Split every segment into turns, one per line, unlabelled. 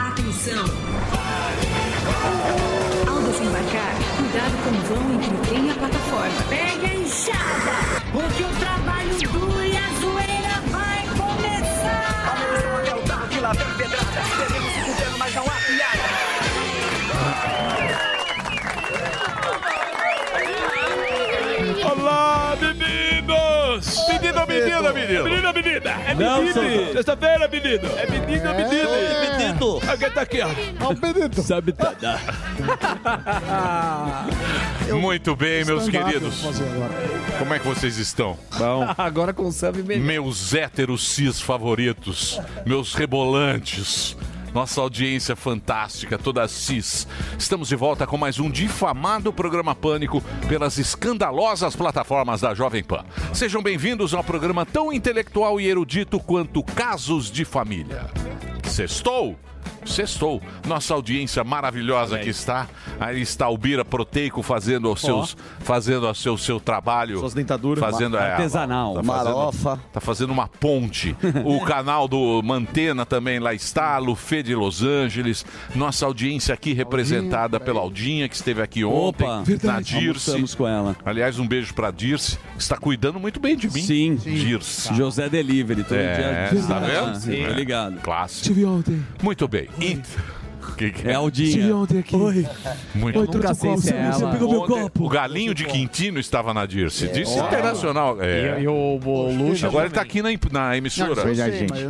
atenção. Ao desembarcar, cuidado com o vão entre o trem e a plataforma.
Pegue a enxada, porque o trabalho duro e a zoeira vai começar.
A munição até o carro que lá vem pedrada. Devemos se fuder, mas não há piada.
Olá, meninos!
Menino ou menina, menino?
Menina, menina! É
Não,
menino!
são-
Sexta-feira, menino! É menino ou menino?
É.
Alguém tá aqui, ó. Sabe
tá
nada.
Muito bem, meus
Stand-up
queridos.
eu vou fazer agora.
Como é que vocês estão?
Agora com o Sam e Benito.
Meus héteros cis favoritos, meus rebolantes, nossa audiência fantástica, toda cis. Estamos de volta com mais um difamado programa Pânico pelas escandalosas plataformas da Jovem Pan. Sejam bem-vindos ao programa tão intelectual e erudito quanto Casos de Família. Sextou? Sextou. Nossa audiência maravilhosa que está. Aí está o Bira Proteico fazendo os seus, fazendo o seu, seu trabalho. Suas
dentaduras.
Fazendo, é,
Artesanal.
tá fazendo-
Marofa.
Tá fazendo uma ponte. O canal do Mantena também lá está, Lufê de Los Angeles. Nossa audiência aqui representada pela Aldinha, que esteve aqui ontem.
Opa,
na
verdade.
Dirce.
Almoçamos com ela.
Aliás, um beijo pra Dirce, que está cuidando muito bem de mim.
Sim.
Dirce.
José Delivery, todo
É,
dia.
tá vendo?
Sim,
É.
tô ligado.
Clássico.
Tive ontem.
Muito bem. E... Que que
É
Tive
Aldinha.
ontem aqui. Oi.
tá?
Muito
Oi, trouxe o copo. Você,
é
você pegou meu
Ontem,
copo.
O galinho de Quintino estava na Dirce. Dirce
Ó.
internacional. É.
E, e o Bolucha.
Agora ele tá aqui na, na emissora.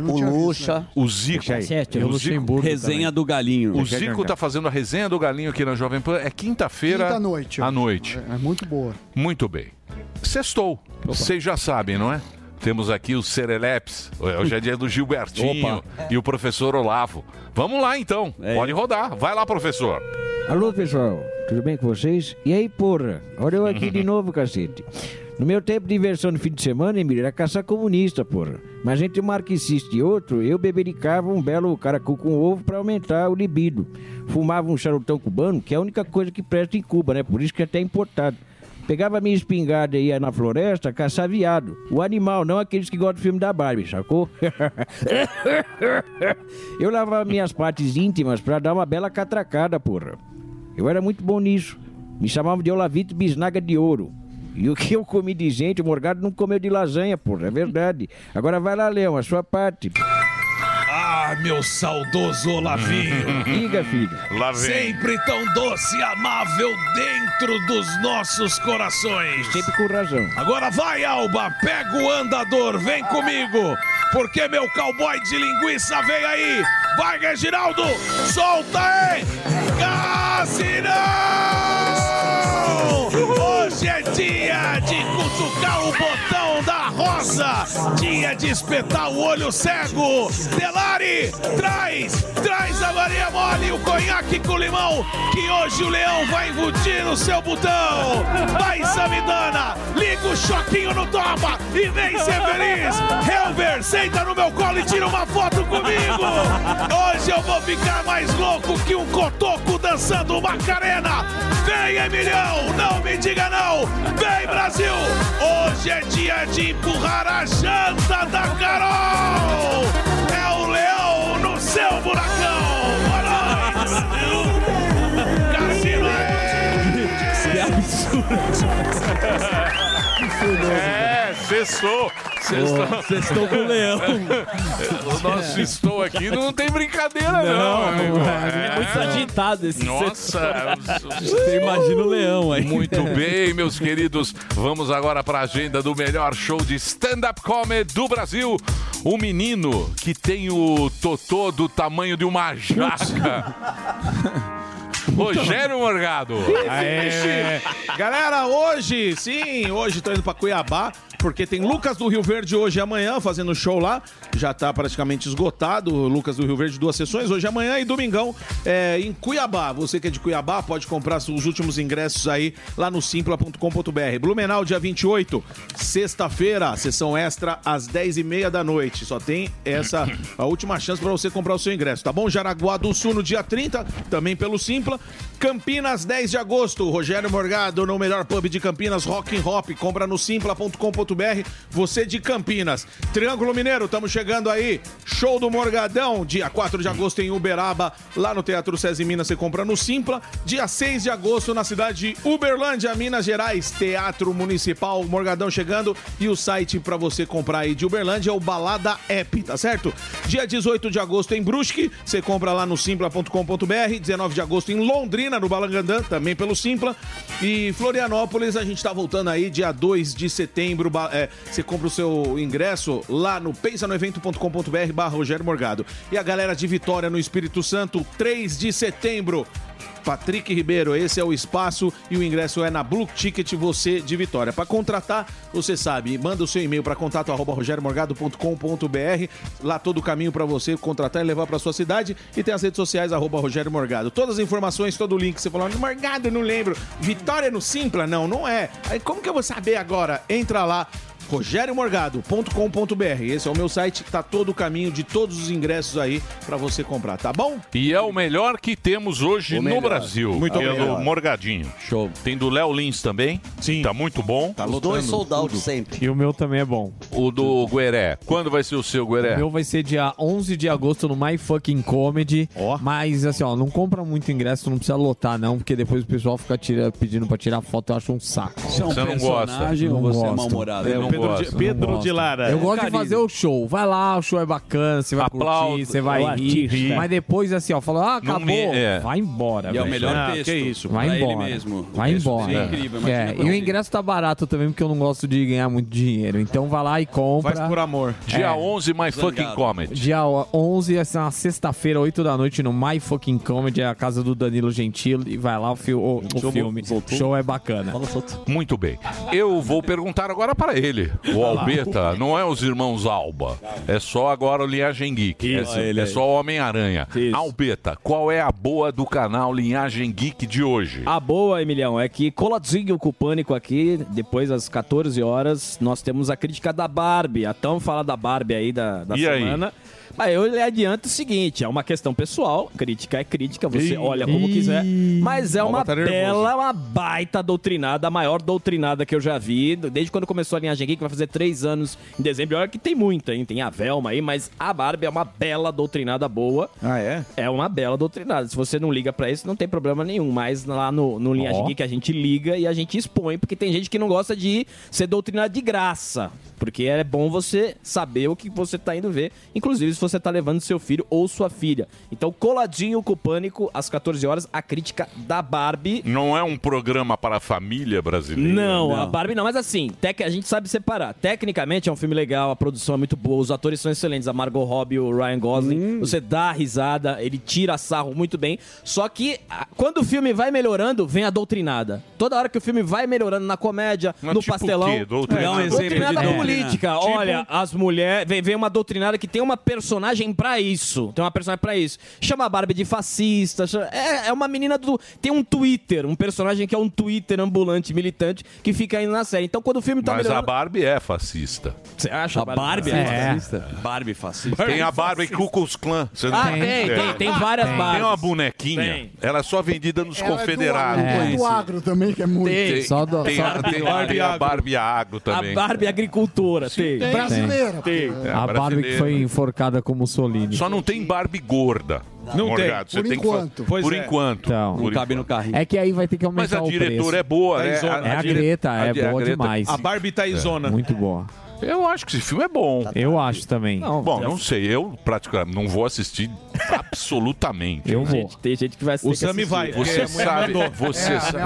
O Luxa.
O Zico.
E o
O Zico.
Luxemburgo.
é Resenha do Galinho.
O Zico tá fazendo a resenha do Galinho aqui na Jovem Pan. É quinta-feira
Quinta à noite.
à noite.
É muito boa.
Muito bem. Sextou. Vocês já sabem, não é? Temos aqui os Serelepes. Hoje é dia do Gilbertinho
Opa.
e o professor Olavo. Vamos lá, então.
É.
Pode rodar. Vai lá, professor.
Alô, pessoal, tudo bem com vocês? E aí, porra? Olha eu aqui de novo, cacete. No meu tempo de diversão no fim de semana, Emílio, era caçar comunista, porra. Mas entre um marxista e outro, eu bebericava um belo caracu com ovo pra aumentar o libido. Fumava um charutão cubano, que é a única coisa que presta em Cuba, né? Por isso que é até importado. Pegava minha espingarda e ia na floresta caçar viado. O animal, não aqueles que gostam do filme da Barbie, sacou? eu lavava minhas partes íntimas pra dar uma bela catracada, porra. Eu era muito bom nisso. Me chamavam de Olavito Bisnaga de Ouro. E o que eu comi de gente, o Morgado não comeu de lasanha, porra, é verdade. Agora vai lá, Leão, a sua parte.
Ah, meu saudoso Olavinho.
Diga, filho.
Lá vem.
Sempre tão doce e amável dentro dos nossos corações.
Sempre com razão.
Agora vai, Alba, pega o andador, vem comigo, porque meu cowboy de linguiça vem aí. Vai, Reginaldo, solta, hein? Cassinão! Hoje é dia de cutucar o botão da roça, dia de espetar o olho cego. Delari, traz, traz a Maria Mole e o conhaque com limão, que hoje o leão vai embutir no seu botão. Vai, Samidana, liga o choquinho no toma e vem ser feliz. Helver, senta no meu colo e tira uma foto comigo. Hoje eu vou ficar mais louco que um cotoco dançando Macarena. Vem, Emilhão, não me diga não. Vem, Brasil, hoje é dia de empurrar a janta da Carol. É o leão no seu buracão. Boa noite, Brasil. Cassino é...
Que absurdo.
É, cessou. Cessou.
Vocês estão com o leão.
É, O nosso estou aqui não tem brincadeira, não, amigo. É.
Muito agitado esse
Nossa, é,
Você imagina o leão aí.
Muito bem, meus queridos. Vamos agora para a agenda do melhor show de stand-up comedy do Brasil. O menino que tem o totô do tamanho de uma jaca. Rogério Morgado.
Aê. Galera, hoje, sim, hoje tô indo pra Cuiabá, porque tem Lucas do Rio Verde hoje e amanhã fazendo show lá. Já tá praticamente esgotado. o Lucas do Rio Verde, duas sessões, hoje, amanhã e domingão é, em Cuiabá. Você que é de Cuiabá pode comprar os últimos ingressos aí lá no simpla.com.br. Blumenau, dia 28, sexta-feira, sessão extra às 10h30 da noite. Só tem essa a última chance pra você comprar o seu ingresso, tá bom? Jaraguá do Sul no dia 30, também pelo Simpla. Campinas, 10 de agosto. Rogério Morgado no melhor pub de Campinas, Rock in Hop. Compra no simpla.com.br. morgadão.com.br. Você de Campinas. Triângulo Mineiro, estamos chegando aí. Show do Morgadão, dia 4 de agosto em Uberaba, lá no Teatro César Minas, você compra no Simpla. Dia 6 de agosto na cidade de Uberlândia, Minas Gerais, Teatro Municipal. O Morgadão chegando e o site para você comprar aí de Uberlândia é o Balada App, tá certo? Dia 18 de agosto em Brusque, você compra lá no simpla.com.br. 19 de agosto em Londrina, no Balangandã, também pelo Simpla. E Florianópolis, a gente tá voltando aí dia 2 de setembro. ba- é, você compra o seu ingresso lá no pensanoevento.com.br barra Rogério Morgado. E a galera de Vitória no Espírito Santo, 3 de setembro. Patrick Ribeiro, esse é o espaço e o ingresso é na Blue Ticket você de Vitória. Para contratar, você sabe, manda o seu e-mail para contato arroba rogeriomorgado.com.br. Lá todo o caminho para você contratar e levar para sua cidade e tem as redes sociais arroba Rogério Morgado. Todas as informações, todo o link que você falou, Morgado, eu não lembro. Vitória no Simpla? Não, não é. Aí como que eu vou saber agora? Entra lá rogeriomorgado.com.br. Esse é o meu site, tá todo o caminho de todos os ingressos aí para você comprar, tá bom?
E é o melhor que temos hoje
O
no
melhor.
Brasil.
Muito
que é
melhor.
do Morgadinho.
Show.
Tem do Léo Lins também. Sim. Tá muito bom.
Os dois sold out sempre.
E o meu também é bom.
O do Gueré. Quando vai ser o seu, Gueré?
O meu vai ser dia 11 de agosto no My Fucking Comedy.
Ó.
Mas, assim, ó, não compra muito ingresso, não precisa lotar, não, porque depois o pessoal fica tira- pedindo pra tirar foto, eu acho um saco.
Você é um
Você não gosta.
personagem ou
Não
você é
gosto.
mal-humorado?
Eu não gosto, não
gosto.
Lara.
Eu gosto de
Carinho.
fazer o show. Vai lá, o show é bacana, você vai
Aplaudo.
curtir, você vai
O
rir.
artista.
Mas depois, assim, ó, fala, ah,
Não
acabou,
me- é.
vai embora,
E é o
velho.
melhor
Ah,
texto.
que isso.
Vai
pra
embora.
Ele mesmo. O
Vai
texto
embora.
dele É incrível, imagina
É,
pra
e o
alguém.
ingresso tá barato também, porque eu não gosto de ganhar muito dinheiro. Então vai lá e compra.
Faz por amor.
Dia
É.
11, My Fucking
Zangado.
Comedy.
Dia 11, essa é uma sexta-feira, 8 da noite, no My Fucking Comedy, é a casa do Danilo Gentili. E vai lá o, fi- o- o filme.
voltou.
show é bacana.
Fala, solta.
Muito bem. Eu vou perguntar agora para ele. O Albeta não é os irmãos Alba. É só agora o Linhagem Geek.
Isso.
É, é só o Homem-Aranha. Albeta, qual é a boa do canal Linhagem Geek de hoje?
A boa, Emilhão, é que coladinho com o Pânico aqui, depois às 14 horas, nós temos a crítica da Barbie. A tão fala da Barbie aí da, da
E aí?
semana. Mas eu lhe adianto o seguinte, é uma questão pessoal, crítica é crítica, você olha como quiser, mas é uma
tá nervoso.
bela, uma baita doutrinada, a maior doutrinada que eu já vi, desde quando começou a linhagem aqui, que vai fazer três anos em dezembro, olha que tem muita, hein, tem a Velma aí, mas a Barbie é uma bela doutrinada boa,
Ah, é?
é uma bela doutrinada. Se você não liga pra isso, não tem problema nenhum. Mas lá no, no Linhagem Geek a gente liga e a gente expõe, porque tem gente que não gosta de ser doutrinado de graça. Porque é bom você saber o que você tá indo ver, inclusive se você tá levando seu filho ou sua filha. Então, coladinho com o pânico, às 14 horas, a crítica da Barbie.
Não é um programa para a família brasileira?
Não, a Barbie não, mas assim, tec- a gente sabe separar. Tecnicamente é um filme legal, a produção é muito boa, os atores são excelentes, a Margot Robbie e o Ryan Gosling. Você dá risada, ele tira sarro muito bem. Só que a- quando o filme vai melhorando, vem a doutrinada. Toda hora que o filme vai melhorando na comédia,
Mas
no
tipo o
pastelão. é,
quê? Doutrinada?
Dá um exemplo
doutrinada
de doutrina.
política. Olha, as mulheres. Vem, vem uma doutrinada que tem uma personagem pra isso. Tem uma personagem pra isso. Chama a Barbie de fascista. chama- É, é uma menina do. Tem um Twitter, um personagem que é um Twitter ambulante, militante, que fica indo na série. Então quando o filme tá
Mas a
melhorando.
Barbie é fascista.
Você acha
A Barbie é fascista? Barbie fascista.
Tem a Barbie Ku Klux Klan. Você não
Ah, tem, tem,
É.
tem, várias
Tem
Barbies.
uma bonequinha.
Tem.
Ela é só vendida nos
Ela
confederados.
É do, agro, do agro também, que é muito.
Tem,
Só do-
tem
só
a, tem, a- tem a Barbie Agro
A
também.
Barbie agricultora, tem.
Brasileira.
É,
A Barbie que
brasileira.
foi enforcada com Mussolini.
Só não tem Barbie gorda.
Não
Morgado,
tem.
Você
Por
tem que fa-
enquanto.
Pois
Por
é.
enquanto.
Então.
Por
Não cabe no
enquanto.
carrinho.
É que aí vai ter que
Mas
aumentar
a
o preço.
diretora é boa, né?
Taizona.
É a
dire-
Greta,
a
é
di- a
boa
Greta- É.
demais.
A Barbie tá isona.
Muito boa.
Eu acho que esse filme é bom.
Eu acho também.
Bom, não sei, eu praticamente não vou assistir absolutamente.
eu vou.
Gente, tem gente que vai
O
ter que assistir.
Sammy
É,
vai.
Você
porque a mulher
sabe,
mandou.
É,
você sabe.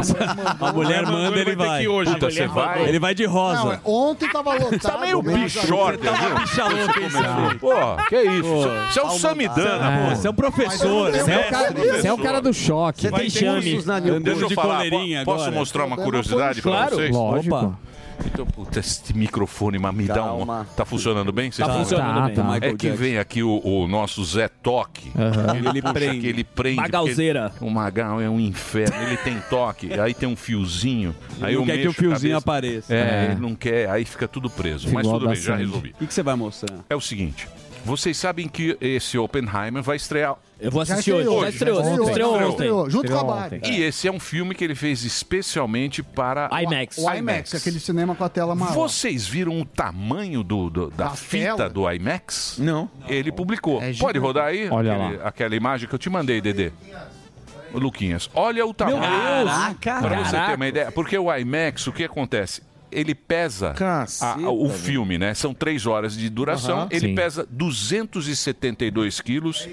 A mulher manda, ele vai.
Ter hoje.
Puta, você vai?
Ele vai de
Não,
rosa.
é- ontem tava lotado. né?
Tá meio
mas- Tá
bichorda, viu?
Bicha louca, hein, Sam?
Pô, que isso? Você é o Samidana,
É.
pô.
Você é um professor,
Mas eu não tenho
né?
cara disso.
Você é o cara do choque.
Você tem
ter
chames
cursos
na
Deixa eu
de
falar,
coleirinha
po- posso
agora.
mostrar uma
Problema
curiosidade pra
claro.
vocês?
Lógico.
Opa.
Então, puta, esse microfone, mas me dá uma...
Calma.
Tá funcionando bem? Vocês
Tá
estão-
funcionando
Tá,
bem.
tá.
É
Michael
que
Jackson.
vem aqui o, o nosso Zé Toque.
Ele
Puxa,
prende.
que ele prende.
Magalzeira.
porque ele- O Magal é um inferno. Ele tem toque, aí tem um fiozinho. aí
Não
eu
quer que
mexo
o fiozinho
a cabeça.
apareça.
É, ele não quer, aí fica tudo preso.
Fica
Mas
igual
tudo
da
bem, já
Sandy.
resolvi.
O que que você vai mostrar?
É o seguinte. Vocês sabem que esse Oppenheimer vai estrear. né?
Eu vou assistir Já estreou, hoje. já estreou,
ontem.
estreou ontem. Estreou, junto
com a Barbie.
E esse é um filme que ele fez especialmente para
O IMAX, aquele cinema com a tela maior.
Vocês viram um o tamanho do, do- da, fita
tela?
do IMAX? Não. Ele publicou.
É
Pode rodar aí
Olha
aquele- aquela imagem que eu te mandei, Dedê. O Luquinhas, olha o tamanho.
Deus!
Para
Caraca!
você ter uma ideia, porque o IMAX, o que acontece? Ele pesa a- a- o
velho.
filme, né? São três horas de duração.
Aham.
Ele
Sim.
pesa 272 quilos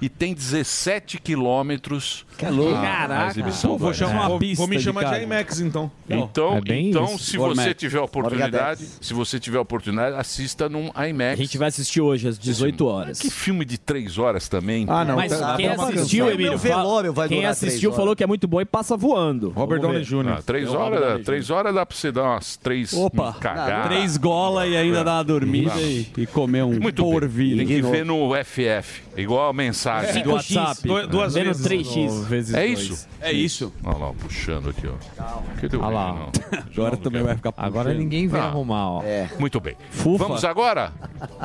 e tem 17 quilômetros.
É louco.
na- na
Caraca.
exibição
Pô,
do
vou
IMAX.
chamar- vou- vou me chamar de IMAX, então.
Então,
É bem
então
isso.
se
Formax.
você tiver a oportunidade,
Formax.
se você tiver a oportunidade, assista num IMAX. A gente
vai assistir hoje às 18 horas.
Que filme de 3 horas também.
Ah, não. Mas
cara.
quem assistiu, Emílio, fala- quem assistiu falou que é muito bom e passa voando. Vamos ver.
Ah, três horas, três horas dá pra você dar umas três
Opa.
cagadas.
Três gola e ainda dá uma dormida
Não.
e, e comer um
Muito bem.
porvilho.
Tem que ver no FF. Igual a mensagem
Cinco Do X. WhatsApp. Du- duas Vendo vezes. três X.
Não, é
dois.
isso?
É isso.
Olha lá, puxando aqui, ó. Cadê o
Olha lá.
original?
Agora também vai ficar Agora ninguém vai
Ah.
arrumar, ó.
É.
Muito bem.
Fufa.
Vamos agora?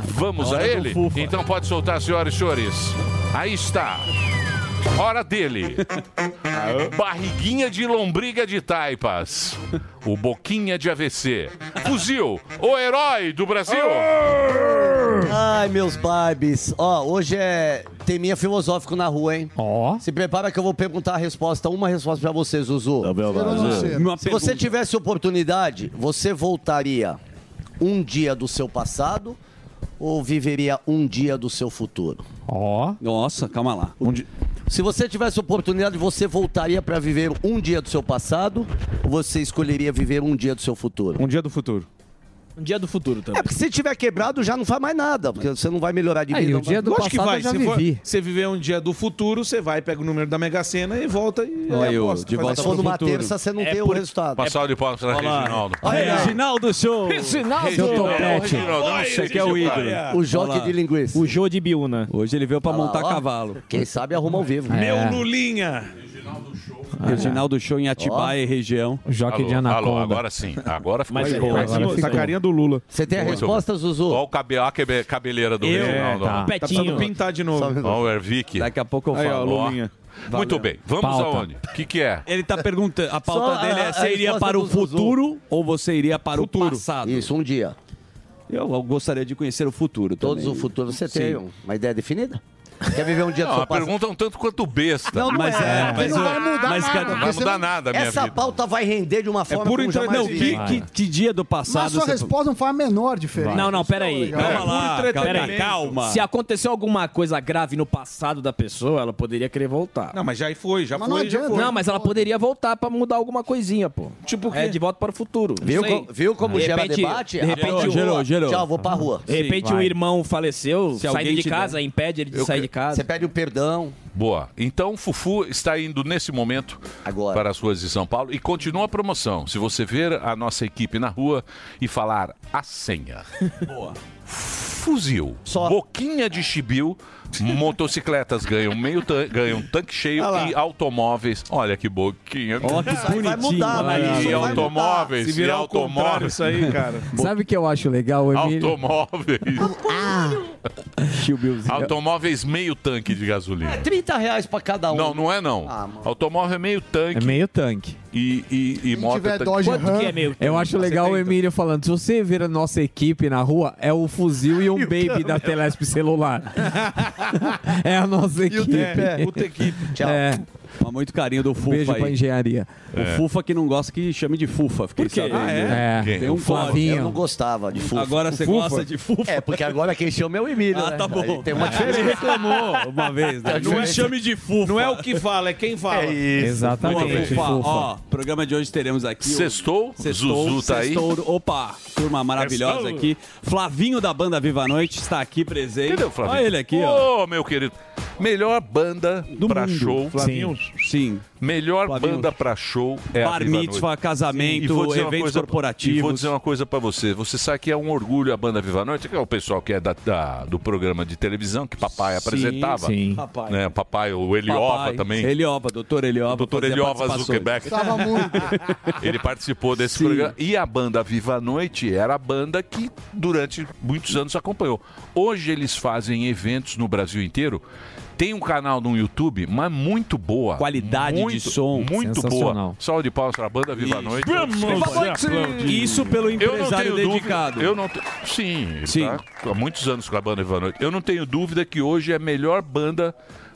Vamos
Hora
a
do
ele?
Fufa.
Então pode soltar, senhoras e senhores. Aí está. Hora dele. Barriguinha de lombriga de taipas. O boquinha de AVC. Fuzil, o herói do Brasil.
Ai, meus Barbies. Ó, hoje é teminha filosófico na rua, hein?
Ó.
Se prepara que eu vou perguntar a resposta, uma resposta pra você, Zuzu.
Será ou não Zuzu? será?
Se você tivesse oportunidade, você voltaria um dia do seu passado ou viveria um dia do seu futuro?
Ó.
Nossa, calma lá.
Se você tivesse oportunidade, você voltaria pra viver um dia do seu passado ou você escolheria viver um dia do seu futuro? Um
dia do futuro.
Um dia do futuro também.
É porque se tiver quebrado, já não faz mais nada, porque você não vai melhorar de vida. não vai-
Lógico que vai. se for- você viver um dia do futuro, você vai, pega o número da Mega Sena e volta e é
Olha
e
eu,
aposta.
de
Faz
volta
a
pro
conta.
futuro. terça você não
É
tem o resultado.
Passar de palmas para Reginaldo.
É.
Reginaldo Show.
Reginaldo. Reginaldo, não sei
Esse que é o
se
ídolo.
vai.
O joque de linguiça. O
jogo de Biúna.
Hoje ele veio pra montar cavalo.
Quem sabe arruma ao vivo.
É.
Lulinha.
Reginaldo Show em Atibaia e região.
Alô, Alô, agora sim. Agora ficou
Mas
show.
ficou, agora
Tá a carinha do Lula.
Você tem a resposta, Zuzu?
Olha o cabelo, a quebe- cabeleira do
Eu?
Reginaldo.
É, tá. Tá precisando Petinho. pintar de novo.
Olha o Ervic. Daqui
a pouco eu
Aí, falo. ó, Lulinha.
Muito
Valeu.
bem. Vamos
Pauta.
aonde? O que, que é?
Ele tá perguntando, a pauta
Só
dele
a-
é:
a
você iria
resposta
para o
do Zuzu.
futuro ou você iria para o passado?
Isso, um dia.
Eu gostaria de conhecer o futuro
Todos
também.
o futuro você
Sim.
tem uma ideia definida? Quer viver um dia do
Não,
seu
a pergunta é um tanto quanto besta.
Não, não
mas
é, porque
mas
não
eu-
vai mudar
mas, cara,
nada,
Não
porque
vai
você
mudar
não-
nada, minha
Essa
vida.
pauta vai render de uma forma
É puro
como
inter-
jamais
não,
vi.
que, que, que dia do passado?
Mas sua
você-
resposta não faz a menor diferença.
Não, não, peraí.
Legal.
Calma lá,
Puro
calma,
entretenimento.
peraí. calma. Se aconteceu alguma coisa grave no passado da pessoa, ela poderia querer voltar.
Não, mas já foi, já
Mas
foi, já foi.
Não, mas ela poderia voltar pra mudar alguma coisinha, pô.
Tipo o quê?
É de volta para o futuro.
Viu
Não sei.
co- viu como
de
gera
repente,
debate?
De repente,
Gerou,
o-
gerou, gerou. Tchau, vou pra rua.
De repente
Sim,
o
vai.
irmão faleceu,
Se
sai
alguém
de
te
casa,
der.
impede ele de
Eu
sair
que-
de casa.
Você pede o perdão.
Boa. Então, Fufu está indo nesse momento para as ruas de São Paulo e continua a promoção. Se você ver a nossa equipe na rua e falar a senha. Boa. Fuzil, boquinha de chibiu, motocicletas ganham meio tan ganham tanque cheio e automóveis. Olha que boquinha.
Ó, que bonitinho.
Vai mudar, vai, isso
E
vai mudar.
automóveis,
Se
e
virar ao contrário
automóveis.
isso aí, cara.
Sabe o que eu acho legal, Emílio?
Automóveis.
um
Automóveis meio tanque de gasolina.
30 reais É, tipo pra cada um.
Não, não é não. Automóvel é meio tanque. É
meio tanque.
E, e, e moto é tanque.
Eu acho legal o Emílio falando. Se você ver a nossa equipe na rua, é o fuzil e um baby da Telesp celular. é a nossa
E o
equipe.
Tepe, é, puta equipe.
Tchau.
É.
Mas muito carinho do Fufa
Beijo
aí.
pra engenharia.
O
É.
Fufa que não gosta que chame de Fufa. Fiquei
quê?
sabendo.
Ah,
é? É.
Tem
O
um
Flavinho.
Eu não gostava de fufa.
Agora você gosta de fufa?
É, porque agora quem chama é o Emílio.
Ah,
né?
tá bom.
Aí Tem uma
Ele
diferença.
reclamou uma vez, né? Não me chame de fufa.
É Não é o que fala, é quem fala. é
É
isso.
Muito bem. Ó, programa de hoje teremos aqui. o-
Sextou, Zuzu tá aí.
Sextou, opa, turma maravilhosa
Sextou.
aqui. Flavinho da banda Viva a Noite está aqui presente.
Entendeu, Flavinho?
Olha ele aqui, ó.
Ô, meu querido. Melhor banda pra show.
Flavinho? Sim.
Melhor banda pra show é a
Bar
Viva
mitzvah,
Noite.
casamento,
E vou dizer uma
eventos
coisa-
corporativos.
E vou dizer uma coisa pra você. Você sabe que é um orgulho a banda Viva Noite, que é o pessoal que é da, da- do programa de televisão que papai apresentava.
sim.
Papai.
Papai.
Né? Papai, o Eliova
Papai.
também.
Eliova, doutor Eliova.
Doutor
fazia
Eliova
participações.
Zuckerberg. Ele participou desse programa. E a banda Viva a Noite era a banda que durante muitos anos acompanhou. Hoje eles fazem eventos no Brasil inteiro. Tem um canal no YouTube, mas muito boa. Qualidade
de som.
Muito boa.
Sensacional.
Salve de palmas para a banda Viva a
Isso.
Noite.
Vamos aplaudir. Isso pelo
Eu não
empresário
tenho dúvida-
dedicado.
eu não te- Sim, ele tá há muitos anos com a banda Viva a Noite. Eu não tenho dúvida que hoje é a melhor banda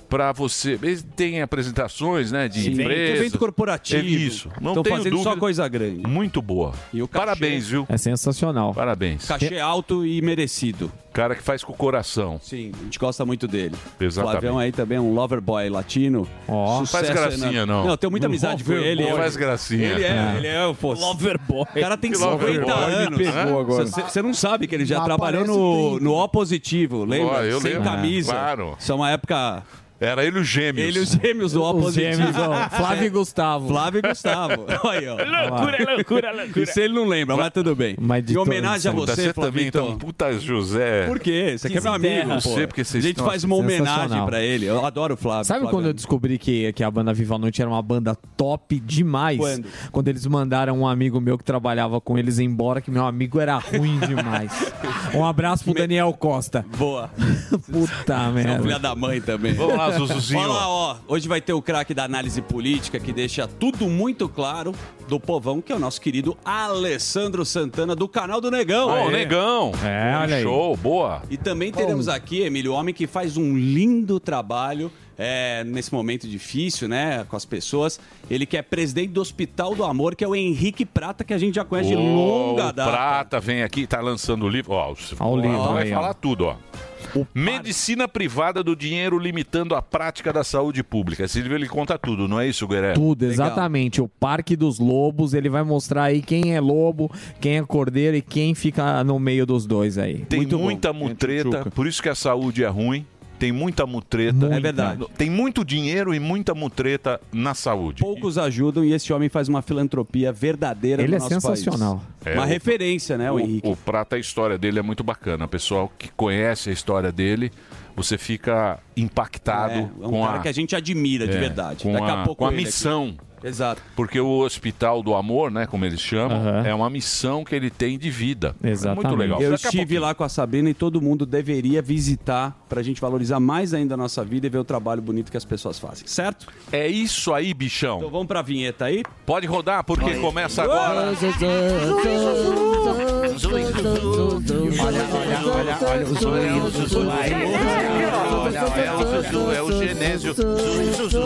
para você. Eles têm apresentações, né, de
Sim. Evento,
empresas.
evento corporativo.
É Isso. Não
Tão
tenho
fazendo só
dúvida.
coisa grande.
Muito boa. Parabéns, viu?
É sensacional.
Parabéns.
Cachê alto e merecido.
Cara que faz com o coração.
Sim, a gente gosta muito dele.
Exatamente.
Flavião aí também é um lover boy latino.
Ó. Não
Sucesso
faz
aí
gracinha,
na-
não.
Não, eu tenho muita amizade com
Lover
ele.
boy.
eu-
Faz gracinha.
Ele é,
É.
ele é, pô.
Lover boy.
O cara tem
Que lover
50
boy,
anos.
me pegou
né?
agora.
Você- Você não sabe que ele já
Mas
trabalhou
parece
no,
trinta.
no O positivo, lembra?
Ó, eu
Sem
lembro.
camisa.
Claro.
Isso é uma época...
Era ele os gêmeos.
Ele e os gêmeos do O
Os
positivo.
gêmeos, ó. Flávio
É.
e
Gustavo.
Flávio e Gustavo. Olha aí, ó.
Loucura,
loucura, loucura. Isso ele não lembra, mas tudo bem. em homenagem a
Puta,
você,
também
Flavito.
tá um puta José.
Por quê? Você que é meu
Desenterra,
amigo.
Não
pô.
sei porque vocês
A gente
estão
faz uma homenagem
Sensacional.
pra ele. Eu adoro o Flávio.
Sabe
Flávio.
quando eu descobri que, que a banda Viva a Noite era uma banda top demais?
Quando?
Quando eles mandaram um amigo meu que trabalhava com eles embora, que meu amigo era ruim demais. um abraço pro Daniel Costa.
Boa.
Puta
Você é um filho
merda.
da mãe também.
Vamos lá, Zuzuzinho.
Olha lá, ó. Hoje vai ter o craque da análise política que deixa tudo muito claro do povão, que é o nosso querido Alessandro Santana, do canal do Negão.
Ó, o
Aê.
Negão.
É,
olha aí. Show, boa.
E também teremos aqui, Emílio, homem que faz um lindo trabalho é, nesse momento difícil, né? Com as pessoas. Ele que é presidente do Hospital do Amor, que é o Henrique Prata, que a gente já conhece de
Ô,
longa
o
data.
Prata vem aqui, tá lançando o livro. Ó, o
o livro
vai
aí, ó.
falar tudo, ó. Medicina privada do dinheiro limitando a prática da saúde pública. Esse livro ele conta tudo, não é isso, Guerreiro?
Tudo, exatamente. O Parque dos Lobos, ele vai mostrar aí quem é lobo, quem é cordeiro e quem fica no meio dos dois aí.
Tem
Muito bom.
muita mutreta, por isso que a saúde é ruim. Tem muita mutreta.
É verdade.
Tem muito dinheiro e muita mutreta na saúde.
Poucos ajudam e esse homem faz uma filantropia verdadeira
Ele
no
é
nosso
sensacional. É,
país. uma
o-
referência, né, o, Henrique?
O Prata, a história dele é muito bacana. O pessoal que conhece a história dele, você fica impactado
É, é um
com
cara
a...
que a gente admira de
É,
verdade.
Com
Daqui
a,
a pouco
com a
ele aqui.
missão.
Exato.
Porque o Hospital do Amor, né, como eles chamam, é uma missão que ele tem de vida. É muito legal.
Eu
Daqui a
estive lá com a Sabrina e todo mundo deveria visitar pra gente valorizar mais ainda a nossa vida e ver o trabalho bonito que as pessoas fazem, certo?
É isso aí, bichão. Então
vamos pra vinheta aí.
Pode rodar, porque começa agora.
Olha, olha, olha, olha o zoinho, Zuzu aí. Olha, é o Zuzu, é o Genésio. Zuzu, Zuzu,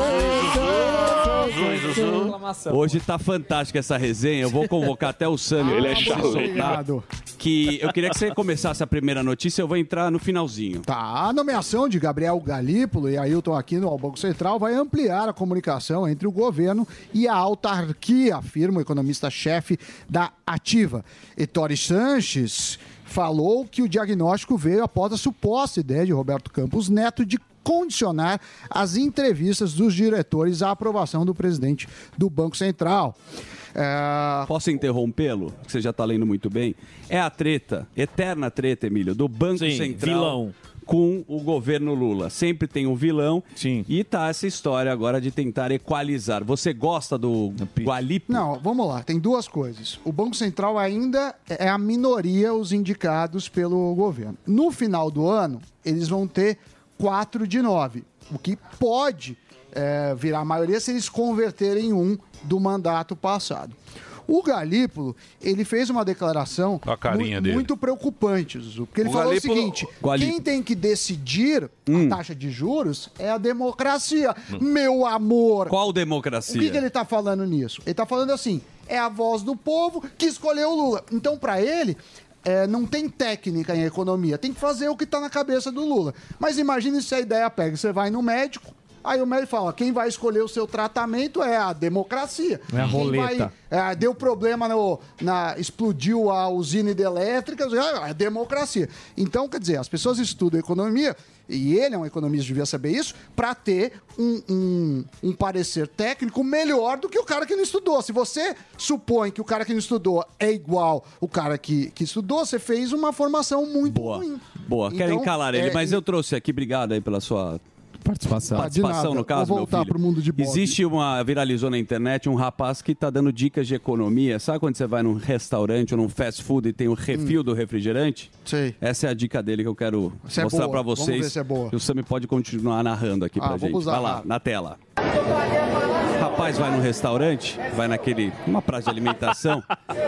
Zuzu, Zuzu.
Hoje tá fantástica essa resenha. Eu vou convocar até o Sami.
Ele é
pra se
chato.
soltar,
Obrigado.
Que eu queria que você começasse a primeira notícia, eu vou entrar no finalzinho.
Tá, a nomeação de Gabriel Galípolo e Ailton Aquino ao Banco Central vai ampliar a comunicação entre o governo e a autarquia, afirma o economista-chefe da Ativa. Ettore Sanches falou que o diagnóstico veio após a suposta ideia de Roberto Campos Neto de condicionar as entrevistas dos diretores à aprovação do presidente do Banco Central. É,
Posso interrompê-lo? Que você já tá lendo muito bem. É a treta, eterna treta, Emílio, do Banco
Sim,
Central.
vilão.
Com o governo Lula. Sempre tem um vilão. Sim. E tá essa história agora de tentar equalizar. Você gosta do Gualipo?
Não, vamos lá. Tem duas coisas. O Banco Central ainda é a minoria os indicados pelo governo. No final do ano, eles vão ter 4 de 9, o que pode eh, virar maioria se eles converterem em um do mandato passado. O Galípolo, ele fez uma declaração
A carinha
mu-
dele.
muito preocupante, Zuzu, porque ele
O
falou
Galípolo-
o seguinte,
Galípolo.
quem tem que decidir a taxa de juros é a democracia, meu amor.
Qual
O
democracia?
que, que ele tá falando nisso? Ele tá falando assim: é a voz do povo que escolheu o Lula. Então, para ele. é, não tem técnica tá em economia, tem que fazer o que está na cabeça do Lula. Mas imagine se a ideia pega: você vai no médico, Aí o médico fala: quem vai escolher o seu tratamento é a democracia.
É a
Quem
roleta.
vai- é, deu problema no, na. explodiu a usina hidrelétrica, é a democracia. Então, quer dizer, as pessoas estudam economia, e ele é um economista, devia saber isso, para ter um, um- um parecer técnico melhor do que o cara que não estudou. Se você supõe que o cara que não estudou é igual o cara que, que estudou, você fez uma formação muito ruim.
Boa, querem
Então,
calar ele,
é,
mas eu trouxe aqui, obrigado aí pela sua
participação.
De nada.
no caso,
Vou
meu
voltar
filho.
pro mundo de Bob.
Existe uma, viralizou na internet, um rapaz que tá dando dicas de economia. Sabe quando você vai num restaurante ou num fast food e tem o refil do refrigerante?
Hum. Sei.
Essa é a dica dele que eu quero
Essa é
mostrar
boa.
pra
Vamos
vocês.
ver se é boa.
E o Sammy pode continuar narrando aqui
Ah,
pra
vamos
gente.
usar
vai lá,
rápido.
na tela. Rapaz vai num restaurante, vai naquele, uma praça de alimentação,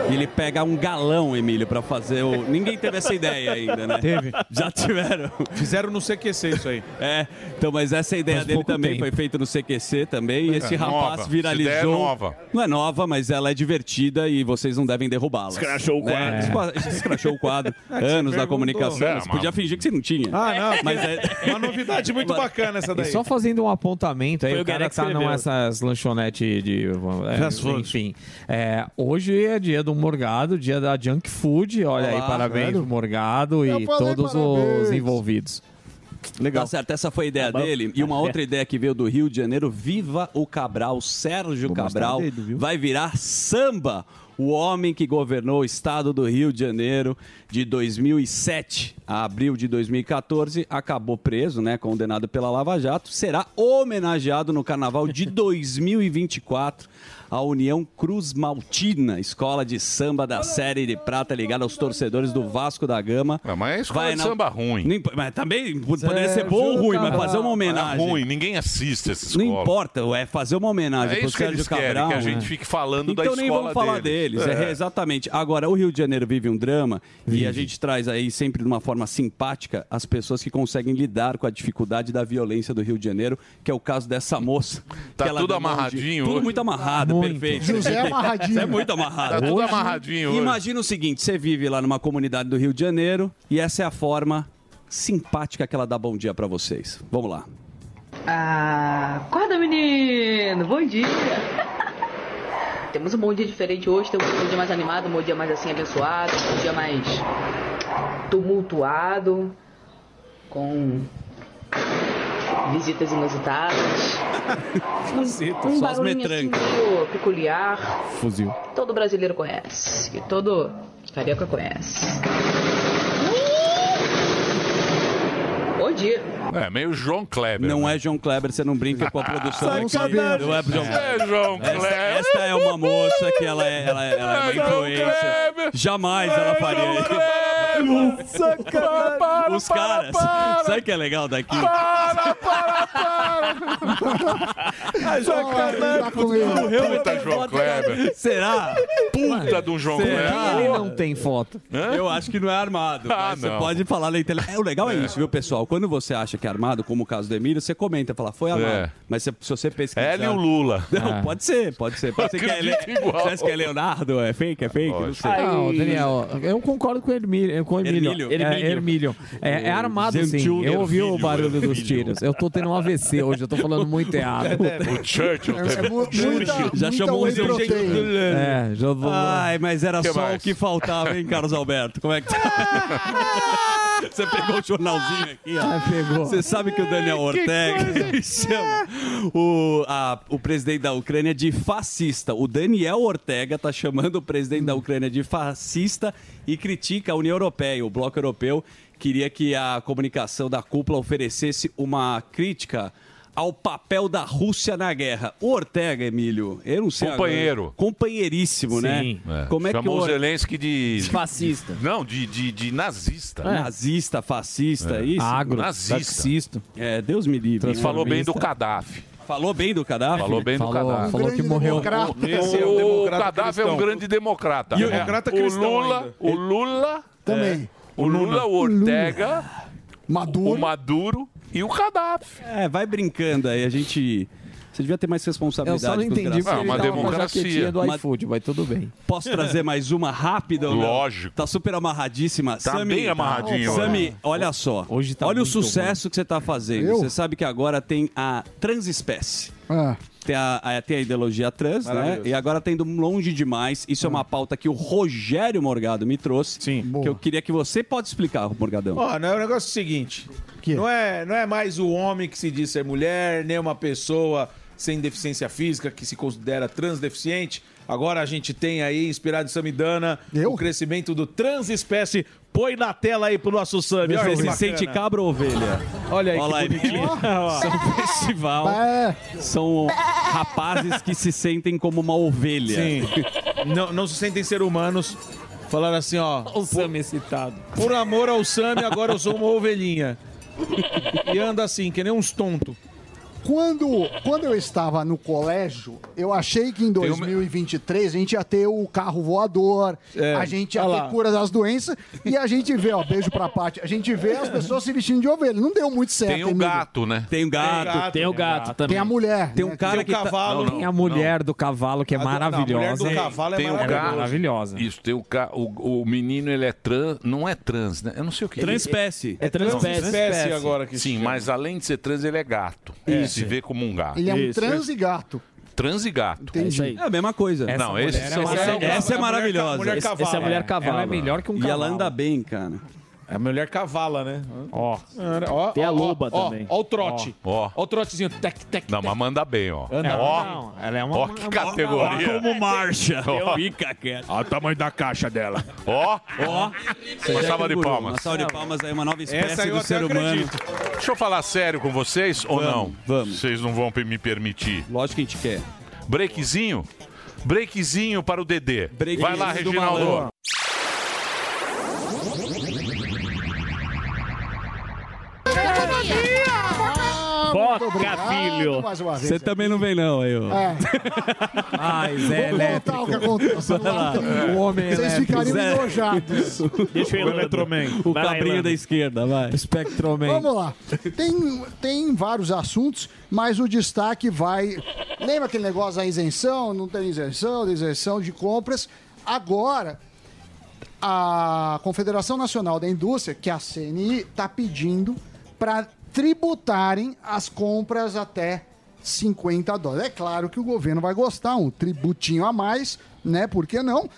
e ele pega um galão, Emílio, pra fazer o. Ninguém teve essa ideia ainda, né?
Teve.
Já tiveram.
Fizeram no CQC isso aí.
É, então, mas essa ideia
Faz
dele
pouco
também
tempo.
foi feita no CQC também, e esse
É,
rapaz
nova. Essa
viralizou.
ideia é nova.
Não é nova, mas ela é divertida e vocês não devem derrubá-la.
Escrachou o quadro.
É. Escrachou o quadro.
É que você
Anos na
perguntou.
comunicação.
É,
você
mas-
podia fingir que você não tinha.
Ah, não,
Mas é,
Uma novidade muito bacana essa
E
daí.
só fazendo um apontamento aí,
Foi o
o cara
Guerra
que
que
tá
escreveu.
nessas lanchonetes de. é,
Fast food.
enfim. É, hoje é dia do Morgado, dia da junk food. Olha aí,
Olá,
parabéns
velho.
pro Morgado
Eu
e
falei
todos
parabéns.
os envolvidos.
Tá certo, essa foi a ideia dele. E
Ah,
uma
é.
outra ideia que veio do Rio de Janeiro, viva o Cabral, Sérgio Cabral
mostrar o dedo, viu?
vai virar samba. O homem que governou o estado do Rio de Janeiro de 2007 a abril de 2014 acabou preso, né, condenado pela Lava Jato, será homenageado no carnaval de 2024 a União Cruz Maltina, escola de samba da série de prata ligada aos torcedores do Vasco da Gama.
mas é escola de samba ruim.
mas também Poderia ser tá bom ou ruim, mas fazer uma homenagem.
É ruim, ninguém assiste essa escola.
Não importa, é fazer uma homenagem
É
pro
isso que
Sérgio
eles querem,
Cabral.
que a gente
né?
fique falando
então
da
nem
escola
vamos falar
deles.
deles. é,
É.
exatamente. Agora, o Rio de Janeiro vive um drama e a gente traz aí sempre de uma forma simpática as pessoas que conseguem lidar com a dificuldade da violência do Rio de Janeiro, que é o caso dessa moça.
Tá
que ela
tudo
deu mão de-
amarradinho
Tudo
hoje.
muito amarrado, perfeito.
José amarradinho.
É muito amarrado.
Tá tudo amarradinho hoje.
Imagina o seguinte, você vive lá numa comunidade do Rio de Janeiro e essa é a forma simpática que ela dá bom dia pra vocês. Vamos lá.
Ah, acorda menino, bom dia. temos um bom dia diferente hoje, temos um bom dia mais animado, um bom dia mais assim abençoado, um bom dia mais tumultuado, com visitas inusitadas.
Visitas,
um
só as
barulhinho assim
metrancas.
meio peculiar,
Fuzil.
que todo brasileiro conhece, que todo carioca conhece. Bom dia.
É, meio João Kleber.
Não é João Kleber, você não brinca com a produção.
Sai,
aqui.
sacanagem.
Não é João Kleber.
É João
Esta-
Kleber.
Esta, é uma moça que ela é, ela é- ela é uma
É João
influência. Jamais ela faria isso. Os caras, sabe o que é legal daqui?
Para, para, para! Sacanagem!
Puta João Kleber.
Será?
Puta do João
Será?
Kleber.
Ele não tem foto.
Ah. Eu acho que não é armado.
Ah,
mas você
não.
pode falar na internet. É, o legal é. isso, viu, pessoal? Quando você acha que é armado, como o caso do Emílio, você comenta, fala, foi armado.
É.
Mas se, se você pesquisar...
Ela e o Lula.
Não,
É.
pode ser, pode ser. Pode ser que é, Le...
Acredito igual.
Parece que é Leonardo, é fake, é fake, não sei.
Não, Daniel, eu concordo com o Hermílio. Com o Hermílio.
Hermílio.
É, Hermílio. É, é armado,
Gentil
sim. Eu ouvi o
Hermílio.
barulho dos tiros. Eu tô tendo um AVC hoje, eu tô falando muito errado.
O Churchill.
É, é mu- muita-
já
muita
chamou um
whey
gente
protein.
do Lula.
É, já vou-
Ai, mas era
Que
só
mais?
o que faltava, hein, Carlos Alberto? Como é que tá? Você pegou o jornalzinho aqui, ó. Você sabe que o Daniel Ortega chama o, a- o presidente da Ucrânia de fascista. O Daniel Ortega tá chamando o presidente da Ucrânia de fascista e critica a União Europeia, o Bloco Europeu. Queria que a comunicação da cúpula oferecesse uma crítica ao papel da Rússia na guerra. O Ortega, Emílio, eu não sei. agora.
Companheiro.
companheiríssimo, né? Como é
Chamou
que
o
Or-
Zelensky de...
Fascista.
Não, de, de, de nazista.
Nazista, fascista,
É.
isso?
Agro, taxista.
É, Deus me livre.
Ele falou bem do Gaddafi.
Falou bem do Gaddafi?
Falou bem do Gaddafi.
Esse é um
O
democrata
Gaddafi é um
cristão.
grande democrata.
E o
É.
democrata
O
cristão
Lula,
ainda.
o Lula...
Também.
É, O Lula, o Ortega...
Maduro.
O Maduro e o Gaddafi.
É, vai brincando aí, a gente... Você devia ter mais responsabilidade.
Eu só não
com os
entendi
graças.
porque ele Ah, uma dá uma democracia. jaquetinha do iFood, mas tudo bem.
Posso trazer mais uma rápida? ou não?
Lógico.
Tá super amarradíssima.
Tá
Sami,
bem amarradinho, né?
Sami, Sami, olha só.
tá
Hoje olha o
muito
sucesso que você tá fazendo.
Eu?
Você sabe que agora tem a transespécie.
Ah.
Tem a, a- tem a ideologia trans, né?
Maravilhoso.
E agora tá indo longe demais. Isso é
Hum.
uma pauta que o Rogério Morgado me trouxe. Sim. Que eu queria que você pode explicar, Morgadão.
Ó, não é o negócio seguinte. Não é, não é mais o homem que se diz ser mulher, nem uma pessoa sem deficiência física que se considera transdeficiente. Agora a gente tem aí, inspirado em Samidana, o crescimento do transespécie. Põe na tela aí pro nosso Sami.
Você
Olha que
se
bacana.
sente cabra ou ovelha?
Olha aí
Olha
que
lá, Emílio.
bonitinho. assim, é.
São festival. São rapazes que se sentem como uma ovelha.
Sim. não, não se sentem ser humanos. Falaram assim, ó.
O Sam excitado.
Por amor ao Sami, agora eu sou uma ovelhinha. E anda assim, que nem uns tontos.
Quando, quando eu estava no colégio, eu achei que em 2023 a gente ia ter o carro voador,
É,
a gente ia
olha
ter
lá.
cura das doenças, e a gente vê, ó, beijo pra parte, a gente vê as pessoas se vestindo de ovelha. Não deu muito certo.
um
Tem o
Emílio.
gato, né?
Tem um o
gato, Tem o gato, Ah, tem o gato também. Tem a mulher,
Tem
né?
um cara
Tem o
que tá-
cavalo.
Não, não, tem a mulher do cavalo que é
A do- não, a mulher
maravilhosa.
do
hein?
cavalo é
Tem um cara-
maravilhosa.
maravilhosa.
Isso, tem o, ca... o, o menino, ele é trans. Não é trans, né? Eu não sei o que.
Transpécie.
É,
É
transpécie.
transpécie. Transpécie agora que se
Sim,
chama.
mas além de ser trans, ele é gato. Ele
Isso.
se vê como um gato.
Ele é um trans e gato.
Trans e gato.
Entendi. É isso aí.
É a mesma coisa.
Não,
mulher
esse
é
são-
maravilhosa.
essa-
essa é
mulher-
maravilhosa.
mulher
Esse-
cavalo.
Essa é a mulher cavalo.
Ela é melhor que um
E ela
cavalo.
anda bem, cara.
É a mulher cavala, né?
Ó.
Ó,
Tem a
ó,
loba
ó,
também.
Ó, ó o trote.
Ó.
Ó o trotezinho. Tec, tec.
Não, mas manda bem, ó.
Anda
ó,
bem.
ela é uma. Ó, que
uma-
categoria.
Ó como marcha.
Ó.
Fica quieto.
Olha o tamanho da caixa dela. Ó, ó. Uma salva de palmas.
Uma salva de palmas aí, uma nova espécie
Essa eu
do
até
ser humano.
acredito. Deixa eu falar sério com vocês ou não? Vamos. Vocês não vão me permitir.
Lógico que a gente quer.
Breakzinho? Breakzinho para o Dedê. Vai lá,
do
Reginaldo.
malandro.
Muito obrigado, Mais uma vez.
Você também não vem, não, aí, ó.
É.
Ai, Zé
Vou contar o que aconteceu.
Vai lá.
O homem
Vocês
elétrico,
ficariam
Zé.
enojados.
Deixa eu ir, O Eletroman. O Vai lá, cabrinho Irlanda. da esquerda, vai.
Spectroman.
Vamos lá. Tem, tem vários assuntos, mas o destaque vai. Lembra aquele negócio da isenção? Não tem isenção, isenção de compras. Agora, a Confederação Nacional da Indústria, que é a CNI, está pedindo para tributarem as compras até 50 dólares. É claro que o governo vai gostar, um tributinho a mais, né? Por que não?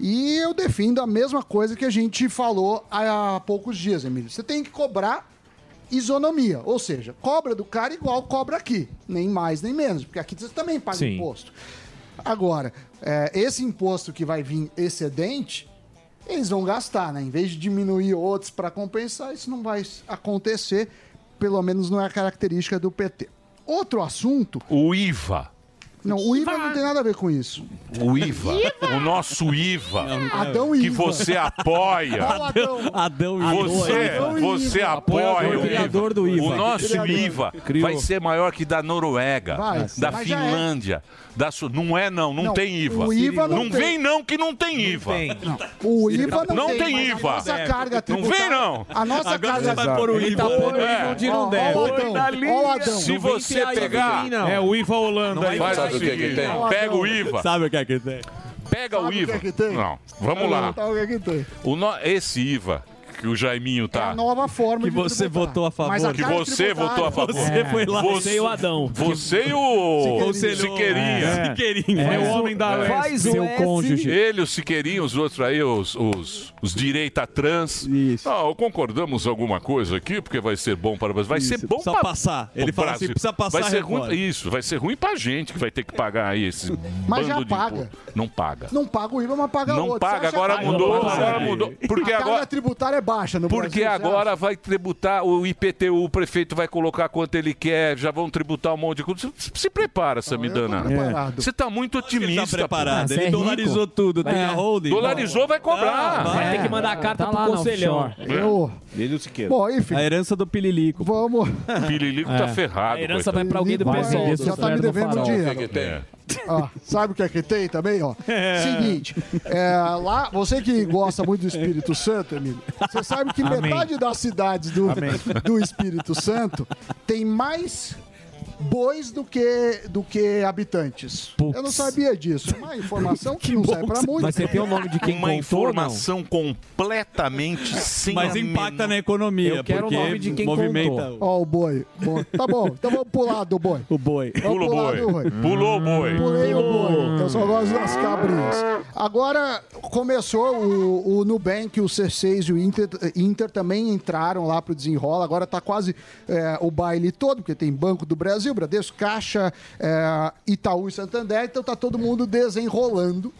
E eu defendo a mesma coisa que a gente falou há poucos dias, Emílio. Você tem que cobrar isonomia, ou seja, cobra do cara igual cobra aqui, nem mais nem menos, porque aqui você também paga
Sim.
imposto. Agora, é, esse imposto que vai vir excedente, eles vão gastar, né? Em vez de diminuir outros para compensar, isso não vai acontecer, pelo menos não é a característica do PT. Outro assunto.
O IVA.
Não, o IVA não tem nada a ver com isso.
O IVA. O nosso IVA.
Adão
Que
Iva.
você apoia.
Qual Adão?
Adão
Você,
Adão
você
Iva.
apoia
Apoiador,
o
criador
IVA.
do IVA.
O nosso
Criador.
IVA vai ser maior que da Noruega,
Vai,
da
mas
já é.
Finlândia. Da Su... Não é, não, não,
Não,
tem IVA.
o IVA não tem.
vem, não, que não tem IVA.
Não, o IVA não,
Não tem
mas
IVA.
A nossa carga
Não
tributária-
vem, não.
A nossa
Agora você
carga
vai pôr o
Ele
IVA.
tá pondo
É.
onde não der.
Tá
Ó, ó, o Adão. Ó, o Adão.
Se você pegar.
É o Iva Holanda. aí.
Vai sabe o que, é que tem? Pega o IVA.
Sabe o que é que tem?
Pega o
Sabe o que
IVA.
é que tem?
Não, vamos
Não,
lá.
tá, o que é que tem?
O no- Esse IVA que o Jaiminho tá.
A nova forma
Que
de
você
tributar.
votou a favor.
Mas a
Que
carga
você
tributária-
votou a favor. Você foi lá. Você e o Adão. Você e o Siqueirinha.
Siqueirinha.
É.
É o homem da Leste. Faz o Seu S. cônjuge.
Ele, o Siqueirinha, os outros aí, os, os, os direita trans. Isso. concordamos alguma coisa aqui, porque vai ser bom para o Brasil. Vai ser bom
Precisa
para
passar. Ele fala assim, precisa passar,
Vai ser ruim,
recolhe.
isso, vai ser ruim pra gente que vai ter que pagar aí esse
Mas
bando
já
de
paga.
imposto. Não paga.
Não paga o IVA, mas paga
Não
outro.
paga,
Você acha
agora
que-
mudou,
Não paga.
agora mudou. Porque
a
agora-
carga tributária é baixa no
Porque
Brasil, você
agora vai tributar o IPTU, o prefeito vai colocar quanto ele quer, já vão tributar um monte de coisa. Se- Se prepara, Samidana.
preparado.
Você está muito otimista.
Tá preparado.
pô.
Ele dolarizou tudo. Tem a holding. Ah,
Dolarizou, vai cobrar.
Vai ter que
mandar a
Tá
carta pro conselhão.
Eu-
Ele o Siqueira.
Bom, enfim.
A herança do Pililico.
Vamos.
O Pililico tá ferrado.
É. A herança vai pra alguém do
Vai,
pessoal.
já tá me devendo
é
é
dinheiro. Ó, sabe o que é que tem também? Ó?
É.
Seguinte, é, lá, você que gosta muito do Espírito Santo, amigo, você sabe que
Amém.
metade das cidades do, do Espírito Santo tem mais bois do que, do que habitantes. Eu não sabia disso. Uma informação que, não serve pra muito.
Uma informação completamente sem
Mas
a
impacta na economia,
Eu quero
porque
o nome de quem
movimenta.
contou.
Ó, o boi. Bom, tá bom, então vamos pular do boi.
O boi.
Pula o boi. Pulou o boi.
Pulei o boi. Eu só gosto das cabrinhas. Agora começou o, o Nubank, o C6 e o Inter, Inter também entraram lá pro desenrola. Agora tá quase é, o baile todo, porque tem Banco do Brasil, Bradesco, Caixa, é, Itaú e Santander. Então tá todo mundo desenrolando,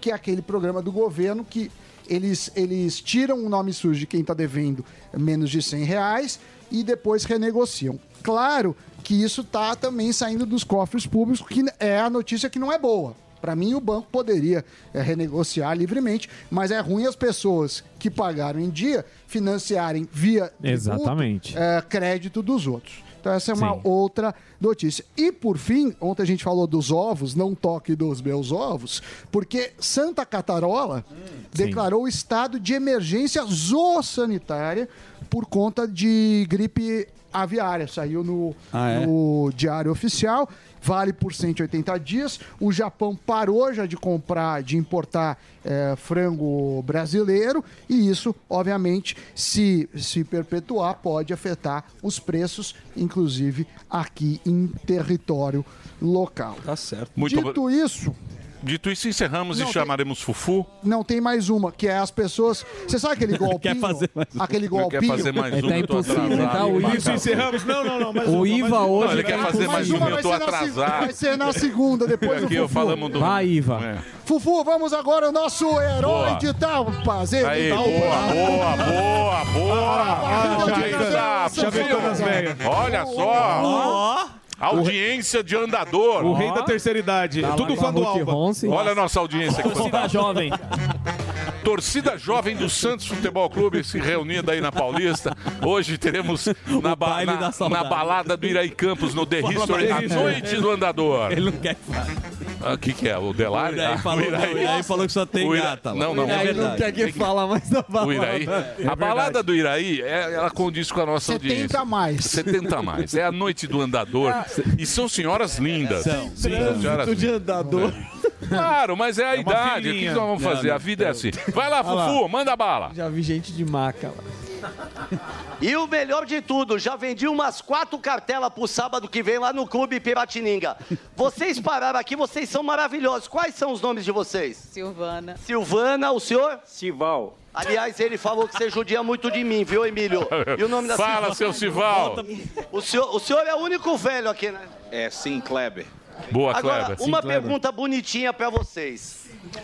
que é aquele programa do governo que eles, eles tiram o nome sujo de quem está devendo menos de 100 reais e depois renegociam. Claro que isso está também saindo dos cofres públicos, que é a notícia que não é boa. Para mim, o banco poderia eh, renegociar livremente, mas é ruim as pessoas que pagaram em dia financiarem via tributo,
Exatamente.
eh, crédito dos outros. Então, essa é uma outra notícia. E, por fim, ontem a gente falou dos ovos, não toque dos meus ovos, porque Santa Catarola
Hum,
declarou estado de emergência zoossanitária por conta de gripe aviária. Saiu no,
Ah, é?
no Diário Oficial, vale por 180 dias. O Japão parou já de comprar, de importar eh, frango brasileiro e isso, obviamente, se, se perpetuar, pode afetar os preços, inclusive aqui em território local.
Tá certo.
Muito
Dito isso,
Dito isso, encerramos
Não,
e
tem-
chamaremos Fufu.
não tem mais uma, que é as pessoas. Você sabe aquele golpinho?
fazer mais uma.
Aquele
Não quer
golpinho.
fazer mais É, tá uma, eu tô impossível, atrasado. tá? O Isso, Iva- encerramos? Não, não, não, mais O uma, mais Iva uma. hoje Não, ele quer fazer mais um, uma, eu
vai
tô
ser na se-
atrasado.
Vai ser na segunda, depois do
Aqui eu É.
Fufu.
falamos do. Vai, Iva.
Fufu, vamos agora ao nosso herói
Boa.
de Taupas.
Aí, boa, boa, boa,
Ah,
é?
boa. Audiência,
já veio
viu?
todas velhas.
Olha só. Audiência de andador.
O rei da
terceira idade.
Tá lá Tudo com a fã do Ruth Alba. Ronce.
Olha a nossa audiência. aqui.
Torcida jovem.
Torcida jovem do Santos Futebol Clube se reunindo aí na Paulista. Hoje teremos na, ba-
baile
na-
da saudade.
na balada do Iraí Campos, no The
Fala
History,
pra
a
ele.
noite do andador.
Ele não quer que fale.
Ah, O que, que é? O Delari?
O Iraí
Ah,
falou- o Iraí falou que só tem
O Ira-
gata lá.
Não, não.
O Iraí
é
não
verdade.
quer que
Tem
Fala É mais da
O Iraí. é a balada do Iraí, é- ela condiz com a nossa
70
audiência.
a mais.
70 a mais. É a noite do andador. E são senhoras lindas.
São, sim.
senhoras
Trânsito de
lindas.
andador.
Claro, mas é a
uma
idade. O que
filhinha.
que nós vamos
Não,
fazer?
não,
a vida é
não.
assim. Vai lá,
Olha lá.
Fufu, manda bala.
Já vi gente de maca lá.
E o melhor de tudo, já vendi umas quatro cartelas pro sábado que vem lá no Clube Piratininga. Vocês pararam aqui, vocês são maravilhosos. Quais são os nomes de vocês?
Silvana.
Silvana, o senhor? Sival. Aliás, ele falou que você judia muito de mim, viu, Emílio? E o nome da
Fala, seu Sival.
O senhor, o senhor é o único velho aqui, né?
É, sim, Kleber.
Boa,
Agora,
Kleber.
uma pergunta bonitinha pra vocês.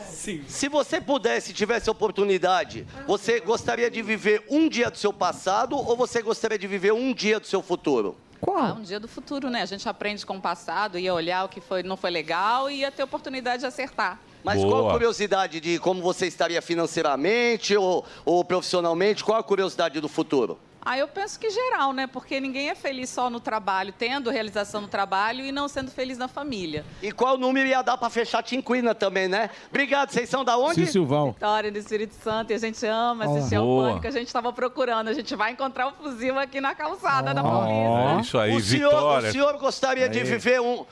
Se você pudesse, tivesse a oportunidade, você gostaria de viver um dia do seu passado ou você gostaria de viver um dia do seu futuro?
Ah, um dia do futuro, né? A gente aprende com o passado, ia olhar o que foi, não foi legal e ia ter oportunidade de acertar.
Mas qual a curiosidade de como você estaria financeiramente ou, ou profissionalmente? Qual a curiosidade do futuro?
Ah, eu penso que geral, né? Porque ninguém é feliz só no trabalho, tendo realização no trabalho e não sendo feliz na família.
E qual número ia dar pra fechar a Tinquina também, né? Obrigado, vocês são da onde?
Sim, Vitória do Espírito Santo, e a gente ama
Ó.
assistir ao
Boa.
pânico, a gente estava procurando. A gente vai encontrar o fuzil aqui na calçada da Paulista.
Ó, é isso aí,
o senhor,
vitória.
O senhor gostaria de
Aí.
viver um,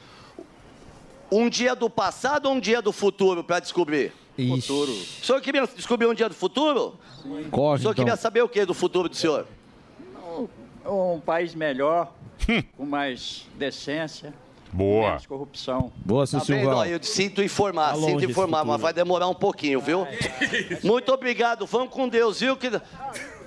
um dia do passado ou um dia do futuro para descobrir? Futuro. O senhor queria descobrir um dia do futuro?
Corre,
o
então.
senhor queria saber o que do futuro do senhor?
Um país melhor, com mais decência,
Hum. Boa.
menos corrupção.
Boa, seu
Tá vendo?
Silvão.
Ó, Eu sinto informar,
Tá longe
sinto
esse
informar,
futuro.
mas vai demorar um pouquinho, viu?
É
Muito obrigado, vamos com Deus, viu? Que...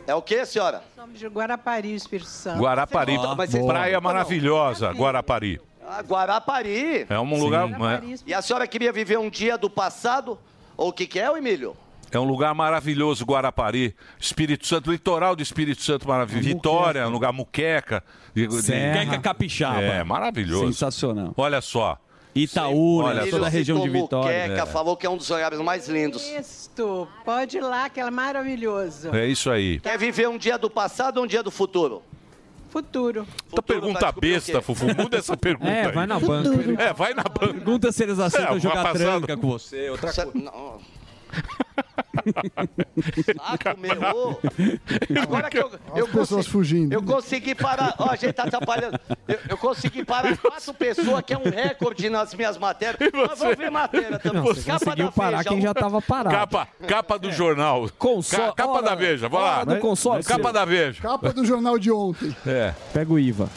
É o que, senhora?
Somos de Guarapari, Espírito Santo.
Guarapari.
Ó,
é
mas vocês-
praia
Boa.
maravilhosa, Guarapari.
Ah, Guarapari.
É um lugar- Guarapari,
E a senhora queria viver um dia do passado? Ou o que, que é, ô, Emílio?
É um lugar maravilhoso, Guarapari. Espírito Santo, litoral do Espírito Santo maravilhoso. Vitória, um lugar muqueca. de- de-
Serra. Muqueca capixaba.
É, maravilhoso.
Sensacional.
Olha só.
Itaú, né?
Olha
Toda a região de
Citou
Vitória.
Muqueca, falou que é um dos lugares mais lindos.
Isto, pode ir lá, que é maravilhoso.
É isso aí.
Quer viver um dia do passado ou um dia do futuro?
Futuro.
Essa pergunta besta, Fufu. Muda essa pergunta.
É,
aí.
vai na banca.
É, vai na banca.
Pergunta se eles aceitam
É,
jogar
vai passando.
tranca com você. Outra
Você-
coisa.
não. Saco meu. ô. Agora que eu,
Olha
eu
as pessoas
consegui,
fugindo.
eu consegui parar. Ó, a gente tá atrapalhando. Eu, eu consegui parar quatro pessoas, que é um recorde nas minhas matérias. Mas vamos ver matéria também.
Não, você conseguiu parar quem já tava parado.
Capa, capa do jornal. Ca- capa da Veja, vai lá. Capa da Veja.
Capa do jornal de ontem.
É.
Pega o IVA.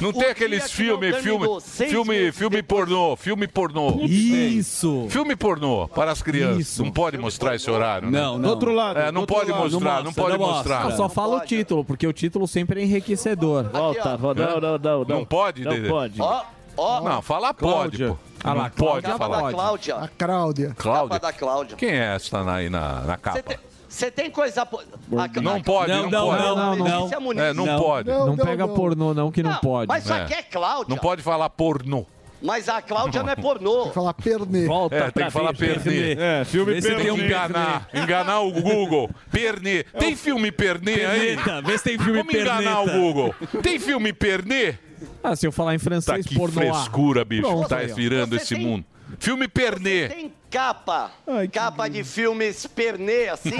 Não tem
é
aqueles filmes, filme,
terminou, seis
filme, filme pornô, filme pornô.
Isso.
Filme pornô para as crianças. Não pode mostrar esse horário. né?
Não, não. Do outro lado,
É, não
do outro
pode
lado.
mostrar, não,
Não mostra,
pode
não
mostrar.
Não, só fala o título, porque o título sempre é enriquecedor.
Volta, volta. Não, não, não, não. Não pode, Não Dedê? pode.
Ó, ó.
Não, falar pode, pô.
Ah lá,
não pode
Capa
falar.
da Cláudia.
A Cláudia.
Cláudia.
É Capa da Cláudia.
Quem é essa na- aí na, na
Você
capa?
tem, você tem coisa. po- a-
Não
a-
pode, não, pode.
Isso é muniz.
É, não, pode.
Não, não pega pornô, não, que não, pode.
mas isso aqui é Cláudia.
Não pode falar pornô.
Mas a Cláudia não é pornô. Tem que
falar pernê.
Volta
É, tem que falar pernê.
É,
Vê se tem um enganar, enganar o Google. Pernê. Tem filme pernê aí?
Perneta, vê se tem filme
Vamos enganar o
perneta.
Google. Tem filme pernê?
Ah, se eu falar em francês,
Tá Que
pornô.
frescura, bicho.
Pronto,
tá
aí, ó.
virando
Você
esse
tem-
mundo. Filme pernê.
Tem capa. capa de filmes pernê, assim.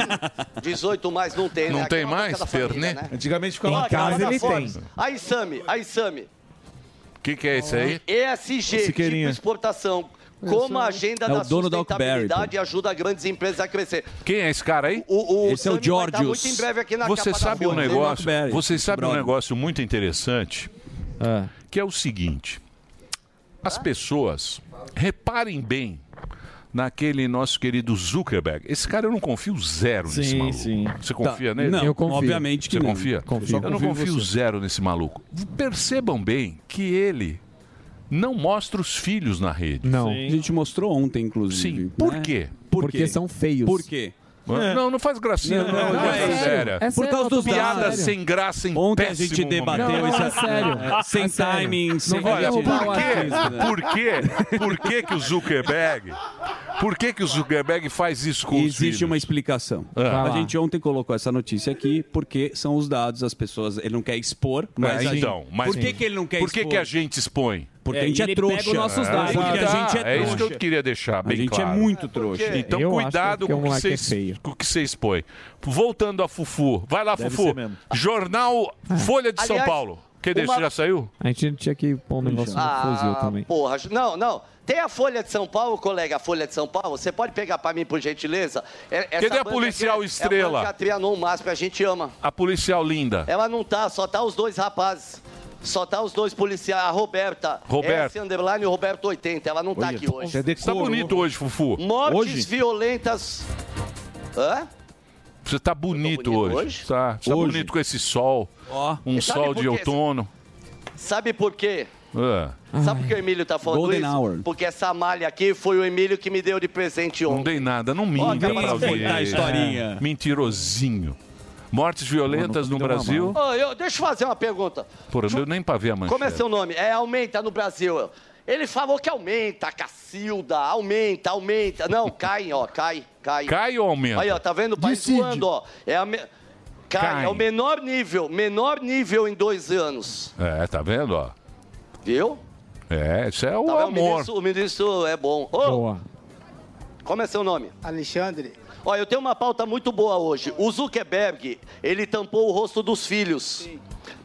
18 mais não tem, né?
Não tem
Aquela
mais
coisa da
pernê?
família, né?
Antigamente
Ó, capa da Forbes. Aí, Sami, aí, Sami.
O que, que é isso aí?
ESG,
Siqueirinha.
tipo exportação. Como a agenda
É
da
o dono da Huckberry,
sustentabilidade ajuda grandes empresas a crescer.
Quem é esse cara aí?
o Esse é o Sami vai estar muito Georgios. em breve aqui na
Você
capa da
sabe um
Folha.
negócio,
Blackberry,
vocês sabem um
brother.
negócio muito interessante,
Ah.
que é o seguinte: as pessoas reparem bem naquele nosso querido Zuckerberg. Esse cara eu não confio zero nesse
Sim,
maluco.
sim.
Você
Tá.
confia nele?
Não, Eu confio. obviamente que
Você
não.
confia?
Confio.
Eu não
Confio em
confio
você.
zero nesse maluco. Percebam bem que ele não mostra os filhos na rede.
Não. A gente mostrou ontem, inclusive. né? Sim.
Por quê?
Porque são É.
feios.
Por quê?
Hã? Não, não faz gracinha, não.
não,
é
não,
sério.
é sério. É
Por
sério,
causa
eu
dos
tô falando
piadas
sério.
sem graça, em
Ontem a gente
péssimo
debateu
momento.
isso- Não, é sério. é, sem É sério. timing, sem-
Olha,
Vamos derrubar o
por
artista, né?
quê? Por quê? Por que que o Zuckerberg... Por que que o Zuckerberg faz isso com os
Existe
filhos?
uma explicação.
Ah.
É. A gente ontem colocou essa notícia aqui porque são os dados, as pessoas. Ele não quer expor, mas. a
É,
gente-
então, mas
por que, que ele não quer
Por que,
expor?
que a gente expõe?
Porque a gente é trouxa. Porque a gente é trouxa.
Ah, É isso que eu queria deixar bem
A gente é
claro.
muito trouxa. Por quê?
Então
Eu acho
cuidado
que é
com o que
porque o moleque é
vocês- com o que você expõe. Voltando a Fufu. Vai lá,
Deve
Fufu.
ser mesmo. Ah.
Jornal Folha de São
Aliás,
Paulo. Quem deixa?
uma-
Já saiu?
A gente tinha que pôr um negócio no fuzil também.
Ah, porra. Não, não. Tem a Folha de São Paulo, colega, a Folha de São Paulo. Você pode pegar pra mim, por gentileza? É- essa
Cadê a
banca
policial
aqui é- É
estrela?
a banca Trianon Máximo, a gente ama.
A policial linda.
Ela não tá, só tá os dois rapazes. Só tá os dois policiais. A Roberta.
Roberta.
S underline Roberto 80. Ela não tá aqui hoje.
Você tá bonito hoje, Fufu.
Mortes violentas. Hã?
Você tá bonito hoje. Tá, Você tá
Hoje.
bonito com esse sol. Um
E sabe
sol
por
de
quê?
outono.
Sabe por quê?
É.
Sabe por que o Emílio tá falando
Golden
isso?
hour.
Porque essa malha aqui foi o Emílio que me deu de presente
Não
ontem.
dei nada, não minta
acabou
pra
de
alguém.
contar a historinha.
É. Mentirosinho. Mortes violentas no Brasil.
Ô, eu- deixa eu fazer uma pergunta.
Porra, não deu nem pra ver a manchete.
Como é seu nome? É aumenta no Brasil. Ele falou que aumenta, Cacilda, aumenta, aumenta. Não, cai, ó, cai, cai.
Cai ou aumenta?
Aí, ó, tá vendo o país voando, ó. É a me- cai,
Cai.
é o menor nível, menor nível em dois anos.
É, tá vendo, ó?
Viu?
É, isso é o
Tá vendo? O
amor.
ministro, o ministro é bom. Ô, como é seu nome?
Alexandre.
Ó, eu tenho uma pauta muito boa hoje. O Zuckerberg, ele tampou o rosto dos filhos.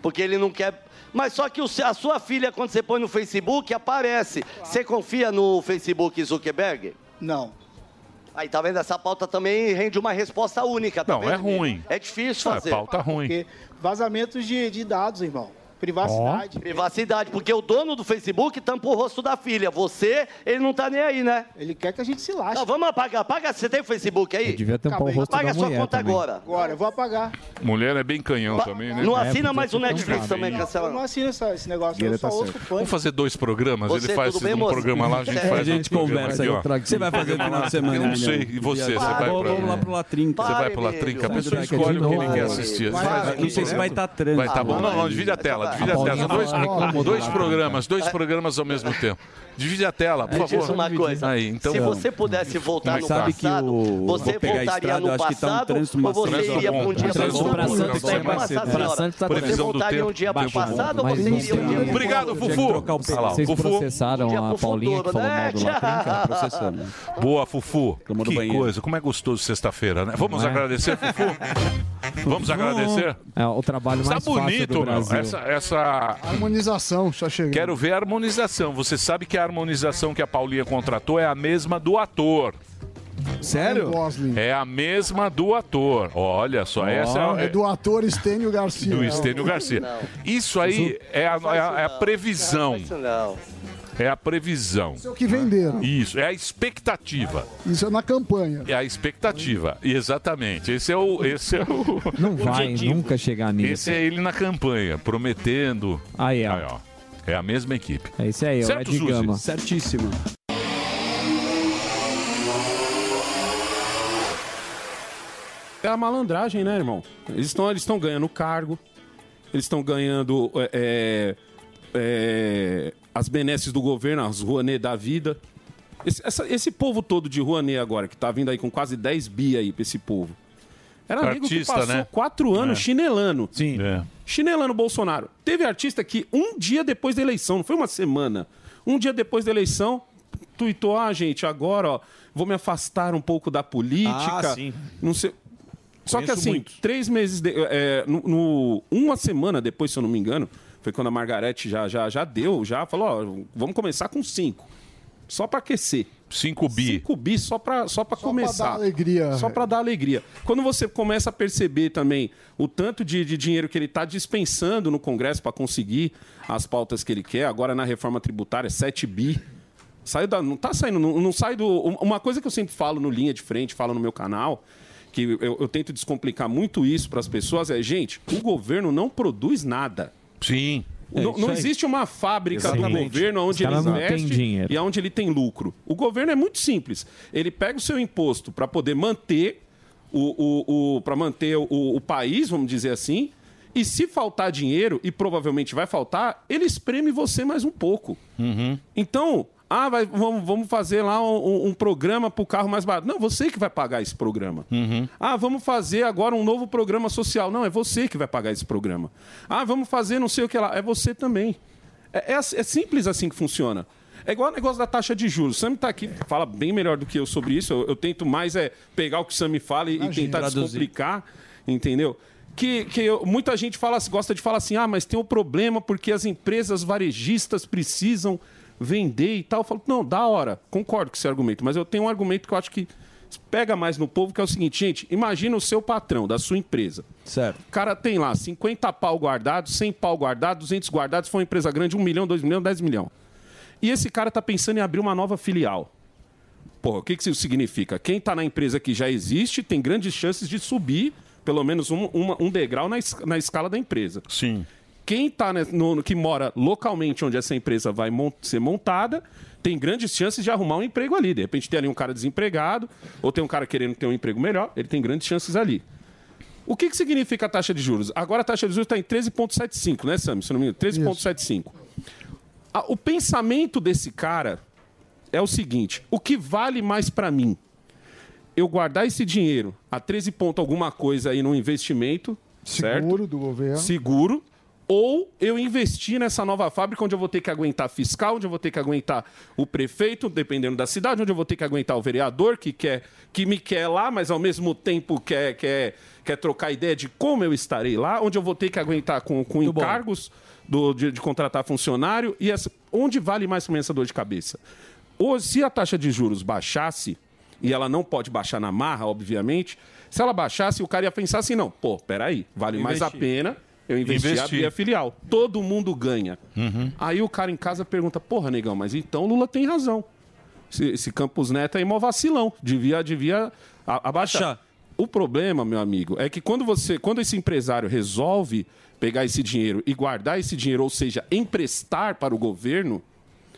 Porque ele não quer. Mas só que o se- a sua filha, quando você põe no Facebook, aparece. Você confia no Facebook Zuckerberg?
Não.
Aí, tá vendo? Essa pauta também rende uma resposta única. Tá
Não,
vendo,
é
Emílio?
ruim.
É difícil
Ah, é
fazer.
pauta ruim. Porque
Tá Vazamentos de, de dados, irmão. Privacidade.
Privacidade, porque o dono do Facebook tampa o rosto da filha. Você, ele não tá nem aí, né?
Ele quer que a gente se lasque.
Não, vamos apagar. Apaga, você tem Facebook aí?
Eu devia tampar o rosto
Apaga
da
a sua
mulher
conta
também.
agora.
Agora, eu vou apagar.
Mulher é bem canhão
Pa-
também, né?
Não
É,
assina mais o Netflix também,
Eu não
Cancela.
assino essa- esse negócio,
um
eu
tá
tá
só ouço o
Vamos
pânico.
fazer dois programas?
Você,
ele faz
tudo bem,
um
moço?
programa lá, a gente
É,
faz
a gente
outro programa
conversa
aqui,
aí,
ó.
Trago. Você vai fazer no final de semana,
Eu não
né,
sei.
Milhão?
E você? Você
Viado.
vai
Vamos-
pra...
vamos lá pro Latrinca.
Você vai
Pare,
pro Latrinca. A
Milhão.
pessoa
Sai do
escolhe o que
Latrinca
ele
de
quer
novo.
assistir.
Vai,
Você
vai, não sei se vai tá trânsito.
Vai tá bom.
Ah,
Não, não,
vai.
divide a
Vai
tela.
tá
Divide a tela. Dois, dois programas, dois programas ao mesmo tempo. Divide a tela, por
Me diz
favor.
uma coisa.
Aí, então,
Se você pudesse voltar
Mas
no
sabe que
passado,
o-
você
vou pegar a
voltaria
estrada,
no
acho que tá um
passado
trânsito
ou você
maçante.
iria pra um dia
Trânsito
pro
pra
futuro?
Santos tá
Tem uma
mais cedo.
sensação.
Pra Santos tá
Você
previsão do
voltaria
tempo.
um dia pro
Baixou.
passado ou
Mas
você
não
iria um
tem-
dia pro
Obrigado,
futuro?
Fufu. Olha lá,
Vocês
Fufu. Um
processaram a Paulinha que falou mal do Latranca? Processamos.
né? Boa, Fufu.
do
Que
banheiro.
coisa, como é gostoso sexta-feira, né? Vamos
Não é?
agradecer, Fufu? Vamos agradecer?
É o trabalho
Está
mais fácil
Tá bonito,
do
meu.
Brasil.
Essa, essa...
Harmonização, só chegou.
Quero ver a harmonização. Você sabe que a harmonização que a Paulinha contratou é a mesma do ator.
Sério?
É a mesma do ator. Olha só, essa
Ó,
é,
é do ator Estênio Garcia.
do Estênio Garcia. Isso aí é a, é a- é a previsão. É a previsão.
O que venderam.
Isso, é a expectativa.
Isso é na campanha.
É a expectativa. Exatamente. Esse é o. Esse é o
Não vai
objetivo.
nunca chegar nisso.
é Esse é ele na campanha, prometendo. Aí, ó. É a mesma equipe.
É isso aí, ó,
Certo,
é de
Suzy?
gama.
Certíssimo.
É a malandragem, né, irmão? Eles estão eles tão ganhando cargo, eles estão ganhando é, é, as benesses do governo, as Rouanet da vida. Esse, essa- esse povo todo de Rouanet agora, que tá vindo aí com quase 10 bi aí pra esse povo. Era amigo
Artista,
que passou
né?
quatro anos
É.
chinelando. Sim. Chinelando Bolsonaro. Teve artista que um dia depois da eleição, não foi uma semana, um dia depois da eleição, tuitou, ah, gente, agora, ó, vou me afastar um pouco da política.
Ah, sim.
Não sei... Só que
Conheço
assim,
muito.
três meses, de- é, no, no- uma semana depois, se eu não me engano, foi quando a Margarete já, já, já deu, já falou, ó, vamos começar com cinco. Só para aquecer.
5
bi. 5 bi só para só pra começar.
dar alegria. é
Só para dar alegria. Quando você começa a perceber também o tanto de, de dinheiro que ele está dispensando no Congresso para conseguir as pautas que ele quer, agora na reforma tributária, 7 bi. Saiu da, não tá saindo, não, não sai do. um- Uma coisa que eu sempre falo no Linha de Frente, falo no meu canal, que eu, eu tento descomplicar muito isso para as pessoas, é, gente, o governo não produz nada.
Sim.
É
não
isso
não
aí.
existe uma fábrica do
Exatamente.
governo onde
Os
ele
caras não têm
investe
dinheiro.
e aonde ele tem lucro. O governo é muito simples. Ele pega o seu imposto para poder manter o, o, para manter o, o país, vamos dizer assim. E se faltar dinheiro, e provavelmente vai faltar, ele espreme você mais um pouco. Então, ah, vai- vamos, vamos fazer lá um, um programa para o carro mais barato. Não, você que vai pagar esse programa. Ah, vamos fazer agora um novo programa social. Não, é você que vai pagar esse programa. Ah, vamos fazer não sei o que lá. É você também. É, é assim- é simples assim que funciona. É igual o negócio da taxa de juros. O Sam está aqui, fala bem melhor do que eu sobre isso. Eu, eu tento mais é pegar o que o Sam me fala e, e
Imagina.
tentar
Traduzir.
descomplicar, entendeu? Que, que eu- muita gente fala, gosta de falar assim, ah, mas tem um problema porque as empresas varejistas precisam vender e tal. Eu falo, não, da hora, concordo com esse argumento, mas eu tenho um argumento que eu acho que pega mais no povo, que é o seguinte, gente, imagina o seu patrão da sua empresa. Certo. O cara tem lá 50 pau guardado, 100 pau guardado, 200 guardados, se for uma empresa grande, 1 milhão, 2 milhões, 10 milhões. E esse cara tá pensando em abrir uma nova filial. Porra, o que, que isso significa? Quem está na empresa que já existe tem grandes chances de subir pelo menos um, uma- um degrau na, es- na escala da empresa.
Sim.
Quem tá ne- no, no- que mora localmente onde essa empresa vai mon- ser montada tem grandes chances de arrumar um emprego ali. De repente tem ali um cara desempregado ou tem um cara querendo ter um emprego melhor, ele tem grandes chances ali. O que, que significa a taxa de juros? Agora a taxa de juros está em 13,75, né, Sam? Se não me engano, 13,75. Ah, O pensamento desse cara é o seguinte: o que vale mais para mim? Eu guardar esse dinheiro a 13 ponto alguma coisa aí num investimento, certo?
Seguro do governo.
Seguro. Ou eu investir nessa nova fábrica onde eu vou ter que aguentar fiscal, onde eu vou ter que aguentar o prefeito, dependendo da cidade, onde eu vou ter que aguentar o vereador que quer que me quer lá, mas ao mesmo tempo quer, quer, quer trocar ideia de como eu estarei lá, onde eu vou ter que aguentar com, com encargos do- de, de contratar funcionário. E essa- onde vale mais para mim essa dor de cabeça? Ou se a taxa de juros baixasse, e ela não pode baixar na marra, obviamente, se ela baixasse, o cara ia pensar assim, não, pô, peraí, vale mais a
Investir.
pena eu investir,
Investir. Uhum.
abrir a filial. Todo mundo ganha. Aí o cara em casa pergunta, porra, negão, mas então Lula tem razão. Esse, esse Campos Neto é mó vacilão, devia, devia a- abaixar. O problema, meu amigo, é que quando você, quando esse empresário resolve pegar esse dinheiro e guardar esse dinheiro, ou seja, emprestar para o governo,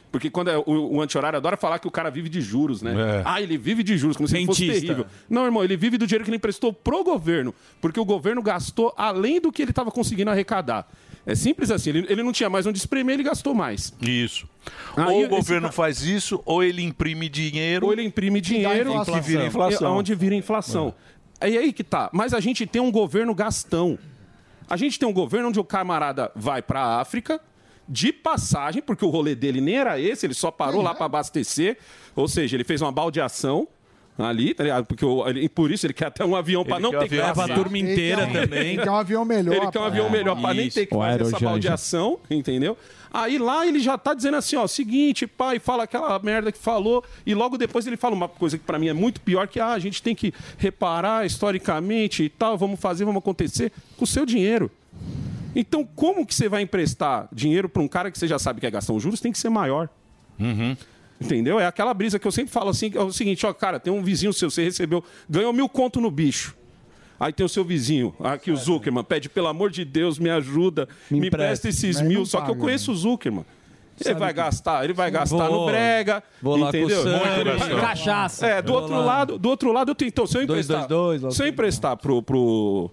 porque quando é, o, o anti-horário adora falar que o cara vive de juros, né?
É.
Ah, ele vive de juros, como se ele fosse
Rentista.
terrível. Não, irmão, ele vive do dinheiro que ele emprestou pro governo, porque o governo gastou além do que ele estava conseguindo arrecadar. É simples assim. Ele, ele não tinha mais onde espremer, ele gastou mais.
Isso.
Aí
ou o
esse
governo
ca-
faz isso, ou ele imprime dinheiro.
Ou ele imprime dinheiro É
e que vira inflação.
Onde vira inflação. É aí que tá. Mas a gente tem um governo gastão. A gente tem um governo onde o camarada vai para a África de passagem, porque o rolê dele nem era esse, ele só parou
Uhum.
lá para abastecer. Ou seja, ele fez uma baldeação ali, tá ligado? Porque o- ele- por isso ele quer até um avião para
Ele
não
quer um
ter que
avião
gastar.
pra turma Ele inteira
quer um- também. ele quer um avião melhor,
Ele quer um
pô.
avião
É,
melhor para nem
isso.
ter que
O
fazer essa
aerojanja.
baldeação, entendeu? Aí lá ele já tá dizendo assim, ó, seguinte, pai, fala aquela merda que falou, e logo depois ele fala uma coisa que para mim é muito pior, que ah, a gente tem que reparar historicamente e tal, vamos fazer, vamos acontecer, com o seu dinheiro. Então, como que você vai emprestar dinheiro para um cara que você já sabe que é gastão? Os juros tem que ser maior. Entendeu? É aquela brisa que eu sempre falo assim, é o seguinte, ó, cara, tem um vizinho seu, você recebeu, ganhou mil conto no bicho. Aí tem o seu vizinho, aqui o
É.
Zuckerman, pede, pelo amor de Deus, me ajuda, me,
empresta.
empresta esses
Mas
mil.
não
Só que eu
paga, né?
conheço o Zuckerman. Ele
Sabe
vai
que-
gastar, ele vai gastar
Vou-
Tá no brega,
vou lá com o
entendeu?
Sam,
Muito
ele
gastar.
vai- cachaça.
É, do
Vou
outro
lá.
lado, do outro lado eu tenho, então, se eu
Dois,
emprestar,
dois, dois, lá
se eu emprestar pro, pro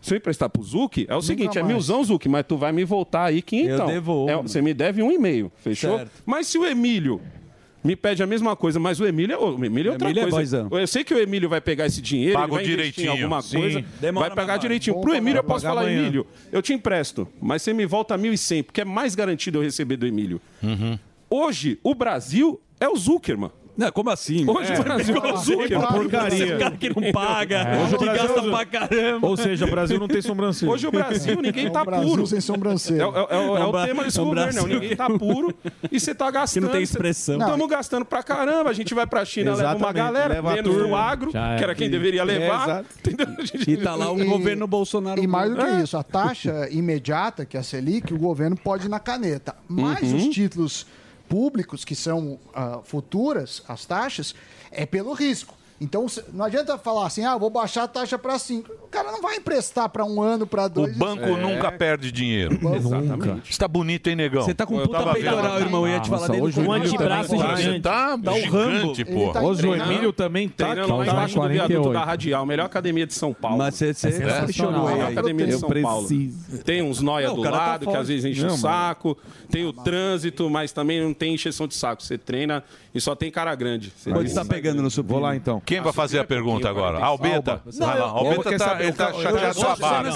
se eu emprestar pro Zuki, é o seguinte, é
mais.
milzão, Zuki, mas tu vai me voltar aí que
Eu
então.
devolvo,
é,
mano.
você me deve um e meio, fechou?
Certo.
Mas se o Emílio me pede a mesma coisa, mas o Emílio, é- o Emílio é outra
Emílio é
coisa.
boizão.
eu sei que o Emílio vai pegar esse dinheiro,
Paga
ele vai
o
investir em
direitinho.
alguma
Sim.
coisa,
Demora,
vai pegar
mas vai.
direitinho.
Bom,
Pro
pagar,
Emílio eu
pagar
posso falar,
amanhã.
Emílio, eu te empresto, mas você me volta 1.100, porque é mais garantido eu receber do Emílio.
Uhum.
Hoje, o Brasil é o Zuckerman.
Não, como assim?
Hoje o Brasil é o Zuckerman.
Esse cara que não paga,
É. Hoje o
que
Brasil-
gasta pra caramba.
Ou seja, o Brasil não tem sobrancelha. Hoje o Brasil, ninguém tá
É Brasil
puro.
sem sobrancelha.
É, o- é o- é
É um
o
Bra-
tema desse
é um
governo, não.
Brasil
ninguém tá puro e você tá gastando.
não tem expressão.
Estamos gastando pra caramba, a gente vai pra China, leva uma
Exatamente,
galera,
leva a
menos
turma.
o agro,
Já é.
que era quem deveria
É,
levar.
exato.
entendeu?
E tá lá o governo Bolsonaro.
E mais do que isso, a
É.
taxa imediata, que é a Selic, o governo pode ir na caneta. Mas
Uhum.
os títulos públicos, que são ah, futuras, as taxas, é pelo risco. Então, se- não adianta falar assim, ah, vou baixar a taxa para 5. O cara não vai emprestar para um ano, para
O
dois.
banco
isso-
nunca perde dinheiro. Exatamente. Você tá bonito, hein, negão?
Você tá com
Eu
puta
tava
peitoral,
vendo.
irmão, eu ia te falar Nossa, dele hoje com o um Emílio antebraço também tá- gigante.
Você tá,
Dá
tá
um
gigante,
Rambo.
pô.
Hoje o Emílio também tá
treinando
aqui, tá lá
lá
embaixo
em
do viaduto
48.
da Radial, melhor academia de São Paulo. Mas
você- você
é
sensacional.
a melhor academia de
Eu
São
preciso.
Paulo. Tem uns nóia
Não, o
do
cara tá
lado que
fora.
às vezes enche
Não,
o
mano.
saco, tem o trânsito, mas também não tem encheção de saco. Você treina e só tem cara grande. Você
Quanto tá pegando no supino? Vou lá então.
Quem vai fazer a pergunta agora? Albeta. Vai lá. Albeta tá, ele tá chateado com a barba.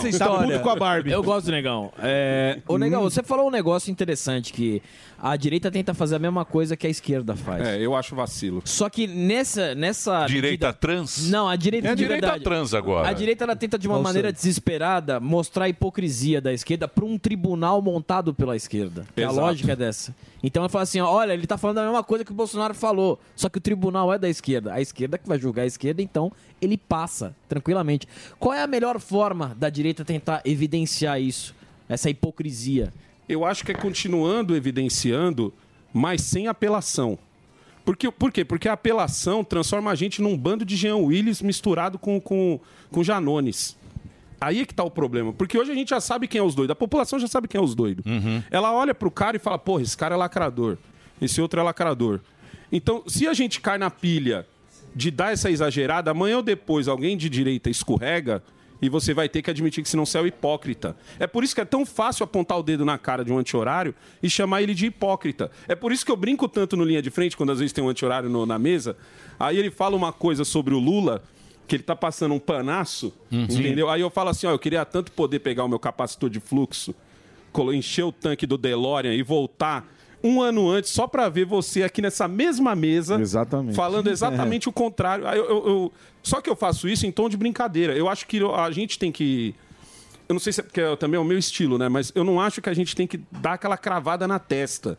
Eu gosto do Negão. É, Ô, Negão, você falou um negócio interessante que a direita tenta fazer a mesma coisa que a esquerda faz.
É, eu acho vacilo.
Só que nessa... nessa
Direita trans?
Não, a direita
É a
de
direita
verdade.
trans agora.
A direita ela tenta de uma
Nossa.
maneira desesperada mostrar a hipocrisia da esquerda para um tribunal montado pela esquerda. Que a
Exato.
lógica é dessa. Então ela fala assim, ó, olha, ele tá falando a mesma coisa que o Bolsonaro falou, só que o tribunal é da esquerda. A esquerda que vai julgar a esquerda, então ele passa tranquilamente. Qual é a melhor forma da direita tentar evidenciar isso? Essa hipocrisia?
Eu acho que é continuando evidenciando, mas sem apelação. Porque, por quê? Porque a apelação transforma a gente num bando de Jean Willis misturado com, com, com Janones. Aí é que tá o problema. Porque hoje a gente já sabe quem é os doidos. A população já sabe quem é os doidos. Ela olha pro cara e fala, porra, esse cara é lacrador. Esse outro é lacrador. Então, se a gente cai na pilha de dar essa exagerada, amanhã ou depois alguém de direita escorrega e você vai ter que admitir que senão você é o hipócrita. É por isso que é tão fácil apontar o dedo na cara de um anti-horário e chamar ele de hipócrita. É por isso que eu brinco tanto no Linha de Frente, quando às vezes tem um anti-horário no- na mesa, aí ele fala uma coisa sobre o Lula, que ele tá passando um panaço, entendeu? Aí eu falo assim, ó, eu queria tanto poder pegar o meu capacitor de fluxo, colo- encher o tanque do DeLorean e voltar um ano antes só pra ver você aqui nessa mesma mesa
Exatamente.
falando exatamente o contrário. Aí eu- eu- eu- só que eu faço isso em tom de brincadeira. Eu acho que eu- a gente tem que. Eu não sei se é porque é- também é o meu estilo, né? Mas eu não acho que a gente tem que dar aquela cravada na testa.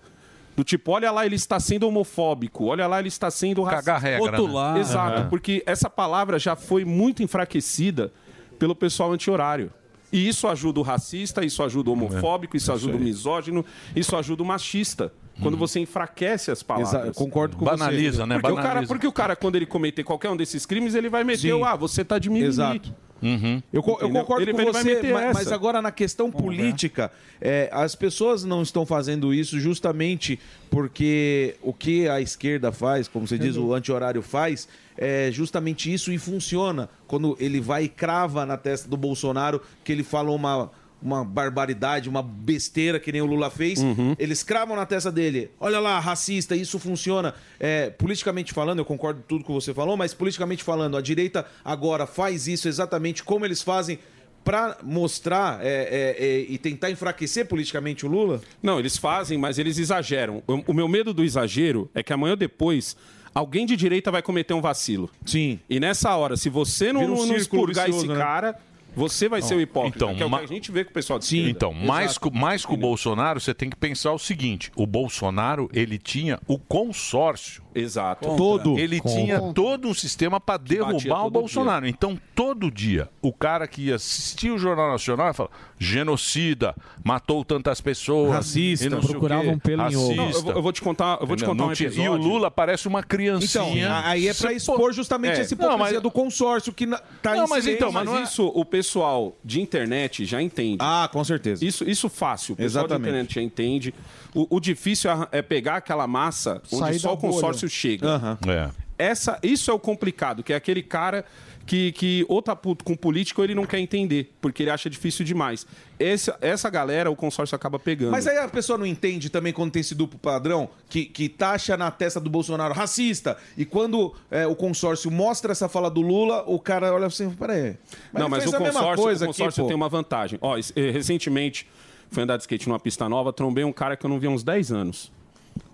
Do tipo, olha lá, ele está sendo homofóbico, olha lá, ele está sendo racista.
Cagar regra, né?
Rotular. Exato,
Aham.
porque essa palavra já foi muito enfraquecida pelo pessoal anti-horário. E isso ajuda o racista, isso ajuda o homofóbico,
É.
isso ajuda o misógino, isso ajuda o machista. Quando você enfraquece as palavras.
Uhum. Exa- concordo com
Banaliza,
você.
né?
Porque o, cara,
Banaliza.
porque o cara, quando ele cometer qualquer um desses crimes, ele vai meter
Sim.
o ah, você tá diminuindo.
Exato.
Uhum.
Eu, co- eu
Entendeu?
concordo
Ele-
com
ele vai
você,
meter
ma- mas,
essa.
agora na questão política, é, as pessoas não estão fazendo isso justamente porque o que a esquerda faz, como você diz, o anti-horário faz, é justamente isso e funciona. Quando ele vai e crava na testa do Bolsonaro que ele fala uma uma barbaridade, uma besteira que nem o Lula fez, eles cravam na testa dele. Olha lá, racista, isso funciona. É, politicamente falando, eu concordo com tudo que você falou, mas politicamente falando, a direita agora faz isso exatamente como eles fazem para mostrar é, é, é, e tentar enfraquecer politicamente o Lula?
Não, eles fazem, mas eles exageram. O o meu medo do exagero é que amanhã ou depois. Alguém de direita vai cometer um vacilo.
Sim.
E nessa hora, se você não,
Vira um
não
círculo
expurgar esse
vicioso, né?
cara, você vai ser o hipócrita.
Então,
que é o
ma-
que a gente vê com o pessoal de
Sim,
esquerda.
então, mais,
Exato.
com, mais com o Bolsonaro, você tem que pensar o seguinte: o Bolsonaro ele tinha o consórcio.
Exato.
Todo.
Contra.
Ele
Contra.
tinha todo um sistema para
batia
derrubar
todo
o Bolsonaro. Então, todo dia, o cara que ia assistir o Jornal Nacional ia falar: genocida, matou tantas pessoas.
Racista.
e não sei o
Procurava
quê,
um pelo em ovo.
racista.
Não, eu vou- eu vou te contar- eu vou te
Entendeu?
contar
Não
um
tinha- E o
episódio.
Lula um parece uma criancinha.
Então, aí é pra
Você-
expor justamente
É.
essa
Não, mas-
hipocrisia do consórcio que na- tá
Não,
em
mas
silêncio.
então, mas não é-
isso o pessoal de internet já entende.
Ah, com certeza.
Isso, isso fácil. O pessoal
Exatamente.
de internet já entende. O, o difícil é arran- é pegar aquela massa onde
Sair
só
da
o
bolha.
consórcio chega.
Aham.
É.
Essa, isso é o complicado, que é aquele cara que, que ou tá puto com político ou ele não quer entender, porque ele acha difícil demais. Essa, essa galera, o consórcio acaba pegando.
Mas aí a pessoa não entende também quando tem esse duplo padrão que, que taxa na testa do Bolsonaro racista. E quando é, o consórcio mostra essa fala do Lula, o cara olha assim, peraí.
não,
ele
mas o
fez a mesma
consórcio,
coisa
o consórcio
aqui, pô."
tem uma vantagem. Ó, es- eh, recentemente fui andar de skate numa pista nova, trombei um cara que eu não vi há uns 10 anos.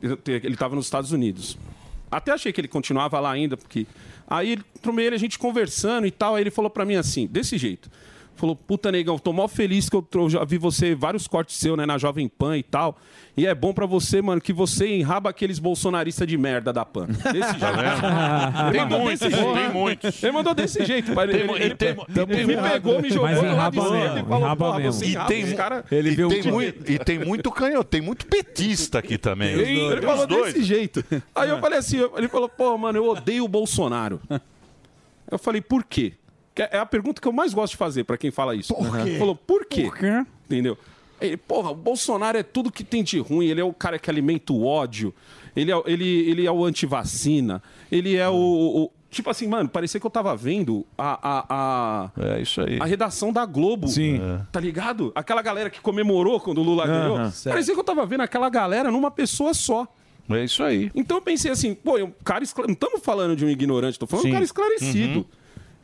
Eu- Ele estava nos Estados Unidos. Até achei que ele continuava lá ainda, porque. Aí ele- trombei ele, a gente conversando e tal. Aí ele falou pra mim assim, desse jeito. Falou, puta negão, tô mó feliz que eu, tro- eu já vi você, vários cortes seu, né, na Jovem Pan e tal. E é bom pra você, mano, que você enraba aqueles bolsonaristas de merda da Pan. Desse jeito.
Tá Tem
Ele mandou
muitos,
desse jeito.
tem muitos.
Ele mandou desse jeito, pai.
Tem
Ele,
mu-
ele-
e tem mu- e tem
me
mu-
pegou, me jogou
Mas
lá de
enraba
cima
mesmo,
e falou,
enraba
porra,
mesmo.
você
E
enraba
tem
os
mu-
cara.
e tem muito- e tem muito canhoto, tem muito petista aqui também.
Ele,
Os dois.
ele falou
Os dois. né?
desse jeito. Aí eu falei assim, ele falou, pô, mano, eu odeio o Bolsonaro. Eu falei, por quê? Que é a pergunta que eu mais gosto de fazer pra quem fala isso. Por
quê?
Falou, por quê? Entendeu? Ele, porra, o Bolsonaro é tudo que tem de ruim. Ele é o cara que alimenta o ódio. Ele é, o- ele, ele é o antivacina. Ele é o, o- o- Tipo assim, mano, parecia que eu tava vendo a. a,
É isso aí.
A redação da Globo. Sim. Tá ligado? Aquela galera que comemorou quando o Lula
Aham,
ganhou.
certo.
Parecia que eu tava vendo aquela galera numa pessoa só.
É isso aí.
Então eu pensei assim, pô, um cara escla- não estamos falando de um ignorante, tô falando de um
Sim.
cara esclarecido.
Uhum.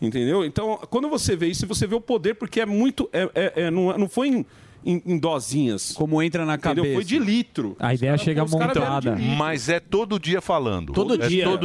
Entendeu? Então, quando você vê isso, você vê o poder, porque é muito. É, é- é- não, não foi em, em- em dosinhas. Como entra na
cabeça.
Foi de litro.
A ideia chega montada.
Mas é todo dia falando. É Todo dia falando,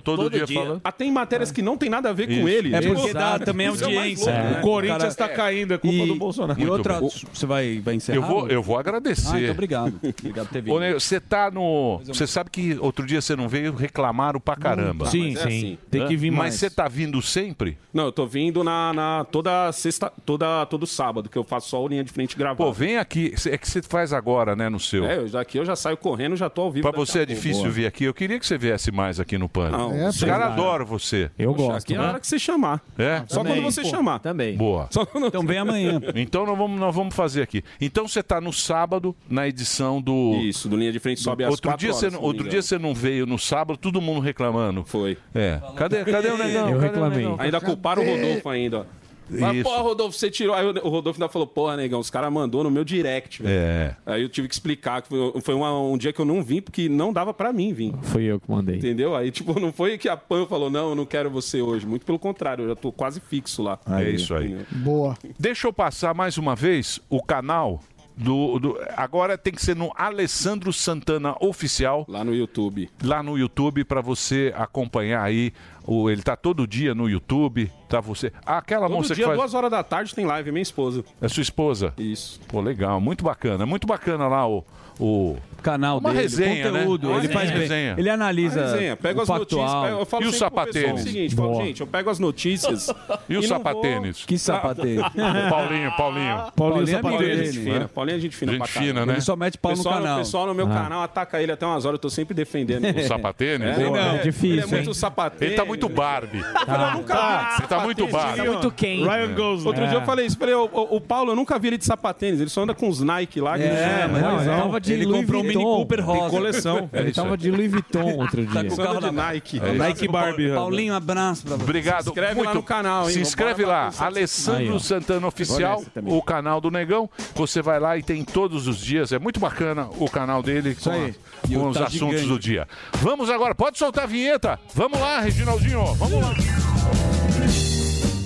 todo, dia, falando.
Ah, tem matérias que não tem nada a ver com
Isso.
ele.
É porque
Isso.
dá também
Isso é o mais
audiência,
louco,
né?
né?
O Corinthians
cara-
tá caindo, é culpa do Bolsonaro.
E
Muito
outra,
bem.
você vai, vai encerrar?
Eu vou, eu vou agradecer.
Ah, então obrigado. Obrigado por ter vindo.
Ô, Nego, você tá no. Você sabe que outro dia você não veio, reclamaram pra caramba.
Sim, Mas é sim. assim. Tem
Hã?
que vir mais.
Mas você tá vindo sempre?
Não, eu tô vindo na, na- toda sexta, toda, todo sábado, que eu faço só a linha de frente gravada.
Pô, vem aqui. É que você faz agora, né, no seu.
É, eu já- aqui eu já saio correndo, já tô ao vivo.
Pra
daqui
você
a
é
pouco.
difícil
Boa.
vir aqui. Eu queria que você viesse mais aqui no Pânico.
Não, É,
Os
sim.
caras
cara.
adoram você.
Eu Poxa, gosto, aqui é a né? hora que você chamar.
É?
Só Também. quando você chamar.
Também. Boa.
Então vem amanhã.
Então nós vamos, nós vamos fazer aqui. Então você tá no sábado, na edição do...
Isso, do Linha de Frente sobe às
outro
quatro
dia
horas,
você
se não
não,
me
Outro
engano.
dia você não veio no sábado, todo mundo reclamando.
Foi.
É. Cadê, cadê o negão? Cadê o negão?
Ainda culparam o Rodolfo né? ainda. ó. Mas,
Isso.
porra, Rodolfo, você tirou. Aí o Rodolfo ainda falou, porra, negão, os caras mandou no meu direct, velho.
É.
Aí eu tive que explicar que foi, foi uma- um dia que eu não vim, porque não dava pra mim vir.
Fui eu que mandei.
Entendeu? Aí, tipo, não foi que a Pan falou, não, eu não quero você hoje. Muito pelo contrário, eu já tô quase fixo lá.
É isso aí.
Boa.
Deixa eu passar mais uma vez o canal do, do- Agora tem que ser no Alessandro Santana Oficial.
Lá no YouTube.
Lá no YouTube para você acompanhar aí. O, ele tá todo dia no YouTube. Tá você. Ah, Aquela
Todo
moça
dia,
que faz.
duas horas da tarde, tem live, minha esposa.
É sua esposa?
Isso.
Pô, legal, muito bacana. Muito bacana lá o. o...
Canal
Uma
dele,
resenha,
conteúdo,
né?
ele
Uma
faz bem.
resenha.
Ele analisa
A resenha, pego
o
as
factual.
notícias, pego- eu falo
E o
sempre pro pessoal
sapatênis?
o seguinte, falo,
Boa.
gente, eu pego as notícias
E o
não
sapatênis?
vou-
Que sapatênis? Paulinho, Paulinho. Paulinho é amigo
Paulinho é
dele,
gente
né?
fina, Paulinho é gente fina
Gente
pra caralho.
fina, né? Ele só mete pau no
pessoal,
canal.
O pessoal no meu
Ah.
canal ataca ele até umas horas, eu tô sempre defendendo.
O sapatênis?
É, ele
Boa, é difícil,
Ele é muito
hein?
sapatênis.
Ele tá muito muito Barbie.
Eu nunca vi
Você tá muito
sapatênis.
Barbie.
Ryan Gosling. Outro
É.
dia eu falei isso, falei, o, o- o Paulo, eu nunca vi ele de sapatênis, ele só anda com os Nike lá. que
É,
ele chama,
não,
né?
ele
Então,
tava de
ele
Louis
comprou um Mini
Vuitton.
Cooper Rosa.
Tem
coleção.
Ele tava de Louis Vuitton outro
Tá
dia.
com o carro da Nike.
É isso.
Nike Barbie.
Paulinho, abraço pra você.
Obrigado. muito. Se inscreve lá, Alessandro Santana Oficial, o canal do Negão. Você vai lá e tem todos os dias. É muito bacana o canal dele com,
aí.
a-
E
com
o
os
tá
assuntos
gigante.
do dia. Vamos agora, pode soltar a vinheta. Vamos lá, Reginaldinho. Vamos lá.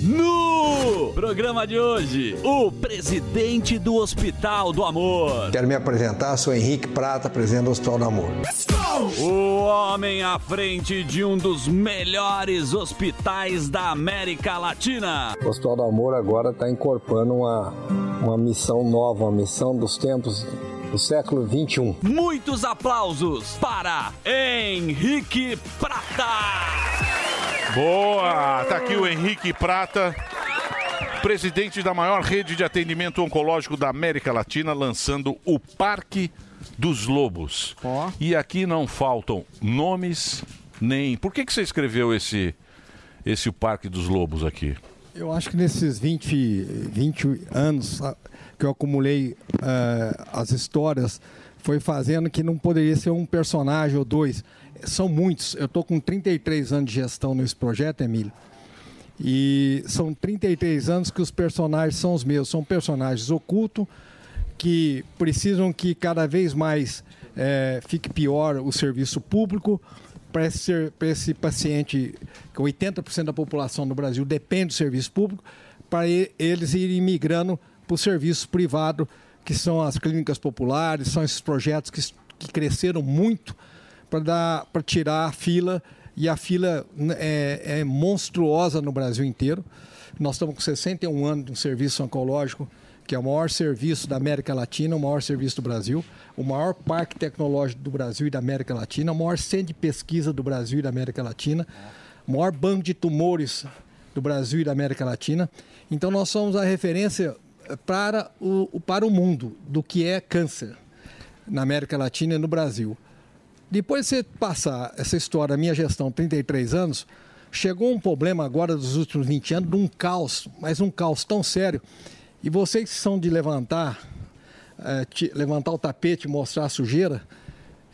No programa de hoje, o presidente do Hospital do Amor.
Quero me apresentar, sou Henrique Prata, presidente do Hospital do Amor.
O homem à frente de um dos melhores hospitais da América Latina.
O Hospital do Amor agora está incorporando uma, uma missão nova, uma missão dos tempos do século um. XXI.
Muitos aplausos para Henrique Prata.
Boa! Tá aqui o Henrique Prata, presidente da maior rede de atendimento oncológico da América Latina, lançando o Parque dos Lobos. E aqui não faltam nomes nem. Por que, que você escreveu esse, esse Parque dos Lobos aqui?
Eu acho que nesses 20, 20 anos ah, que eu acumulei ah, as histórias, foi fazendo que não poderia ser um personagem ou dois. São muitos. Eu estou com 33 anos de gestão nesse projeto, Emílio. E são 33 anos que os personagens são os meus. São personagens ocultos que precisam que cada vez mais eh, fique pior o serviço público para esse, ser- pra esse paciente, que 80% da população do Brasil depende do serviço público, para e- eles irem migrando para o serviço privado, que são as clínicas populares, são esses projetos que, s- que cresceram muito para tirar a fila, e a fila né, é, é monstruosa no Brasil inteiro. Nós estamos com 61 anos de um serviço oncológico, que é o maior serviço da América Latina, o maior serviço do Brasil, o maior parque tecnológico do Brasil e da América Latina, o maior centro de pesquisa do Brasil e da América Latina, o maior banco de tumores do Brasil e da América Latina. Então, nós somos a referência eh, para o, o- para o mundo do que é câncer na América Latina e no Brasil. Depois de você passar essa história, minha gestão, 33 anos, chegou um problema agora dos últimos 20 anos, de um caos, mas um caos tão sério. E vocês que são de levantar, eh, ti- levantar o tapete, mostrar a sujeira,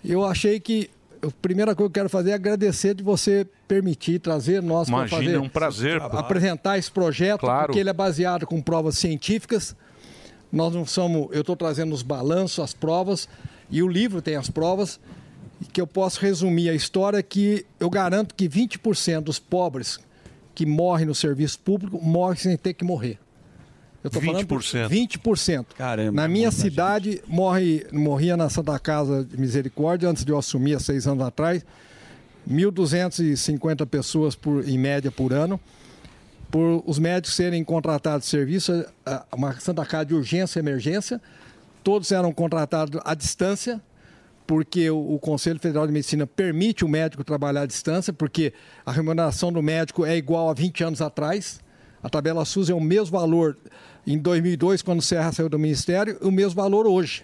eu achei que a primeira coisa que eu quero fazer é agradecer de você permitir trazer nós para
Imagina,
fazer
é um prazer,
a-
pô.
apresentar esse projeto,
Claro.
porque ele é baseado com provas científicas. Nós não somos, eu estou trazendo os balanços, as provas, e o livro tem as provas, e que eu posso resumir a história é que eu garanto que 20% dos pobres que morrem no serviço público morrem sem ter que morrer. Eu tô falando
20%.
20%. Na minha cidade, morre, morria na Santa Casa de Misericórdia, antes de eu assumir, há seis anos atrás, 1.250 pessoas por, em média por ano. Por os médicos serem contratados de serviço, a- a- uma Santa Casa de urgência e emergência, todos eram contratados à distância, porque o, o Conselho Federal de Medicina permite o médico trabalhar à distância, porque a remuneração do médico é igual a 20 anos atrás. A tabela SUS é o mesmo valor em 2002, quando o Serra saiu do Ministério, e o mesmo valor hoje.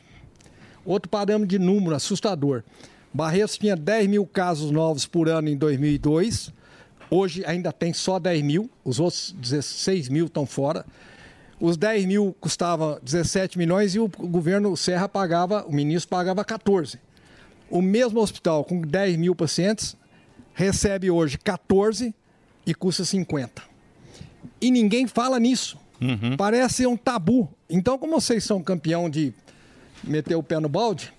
Outro parâmetro de número assustador. Barretos tinha 10 mil casos novos por ano em 2002. Hoje ainda tem só 10 mil. Os outros 16 mil estão fora. Os 10 mil custavam 17 milhões e o governo Serra pagava, o ministro pagava 14. O mesmo hospital com 10 mil pacientes recebe hoje 14 e custa 50 e ninguém fala nisso.
Uhum.
Uhum.
Parece um tabu. Então, como vocês são campeão de meter o pé no balde.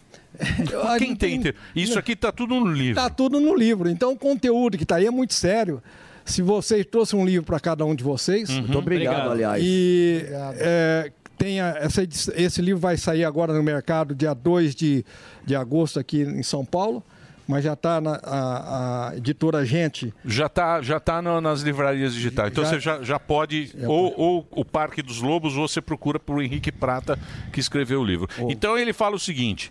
eu acho
Quem
que
tem inter- Isso aqui tá tudo no livro.
Tá tudo no livro. Então, o conteúdo que tá aí é muito sério. Se vocês trouxem um livro para cada um de vocês.
Muito obrigado, Obrigado. aliás.
E é, tem a- essa edi- esse livro vai sair agora no mercado dia 2 de, de agosto aqui em São Paulo. Mas já está na a- a editora Gente.
Já tá, já tá no- nas livrarias digitais. Então
Já-
você já, já pode, ou, ou o Parque dos Lobos, ou você procura por Henrique Prata, que escreveu o livro. Então ele fala o seguinte.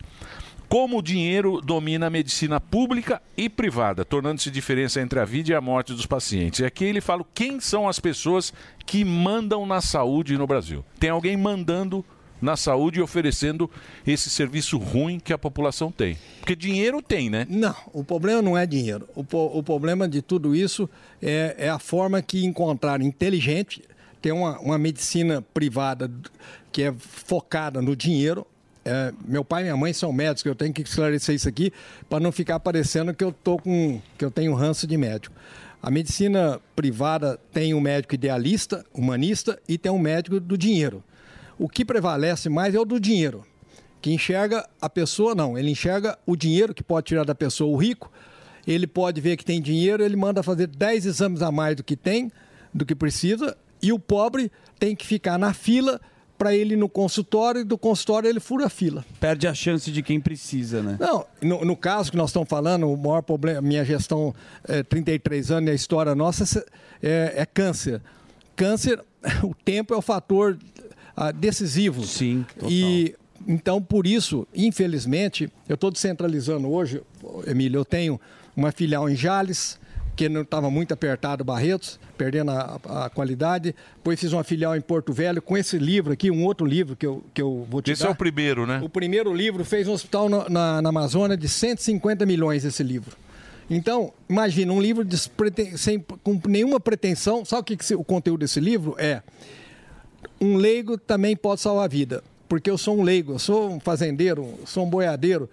Como o dinheiro domina a medicina pública e privada, tornando-se diferença entre a vida e a morte dos pacientes. E aqui ele fala quem são as pessoas que mandam na saúde no Brasil. Tem alguém mandando na saúde e oferecendo esse serviço ruim que a população tem. Porque dinheiro tem, né?
Não, o problema não é dinheiro. O, po- o problema de tudo isso é, é a forma que encontrar inteligente. Tem uma, uma medicina privada que é focada no dinheiro. É, meu pai e minha mãe são médicos, eu tenho que esclarecer isso aqui para não ficar parecendo que eu tô com que eu tenho ranço de médico. A medicina privada tem um médico idealista, humanista e tem um médico do dinheiro. O que prevalece mais é o do dinheiro que enxerga a pessoa, não, ele enxerga o dinheiro que pode tirar da pessoa, o rico. Ele pode ver que tem dinheiro, ele manda fazer 10 exames a mais do que tem, do que precisa, e o pobre tem que ficar na fila para ele ir no consultório, e do consultório ele fura a fila.
Perde a chance de quem precisa, né?
Não, no, no caso que nós estamos falando, o maior problema, minha gestão é 33 anos e a história nossa se- é, é câncer. Câncer, o tempo é o fator ah, decisivo. Sim, total. E então, por isso, infelizmente, eu estou descentralizando hoje, Emílio, eu tenho uma filial em Jales, que não estava muito apertado Barretos, perdendo a, a qualidade. Depois fiz uma filial em Porto Velho com esse livro aqui, um outro livro que eu, que eu vou te
Esse
dar.
é o primeiro, né?
O primeiro livro fez um hospital na, na, na Amazônia de 150 milhões esse livro. Então, imagina, um livro despreten- sem, com nenhuma pretensão. Sabe o que, que se- o conteúdo desse livro é? Um leigo também pode salvar a vida. Porque eu sou um leigo, eu sou um fazendeiro, sou um boiadeiro.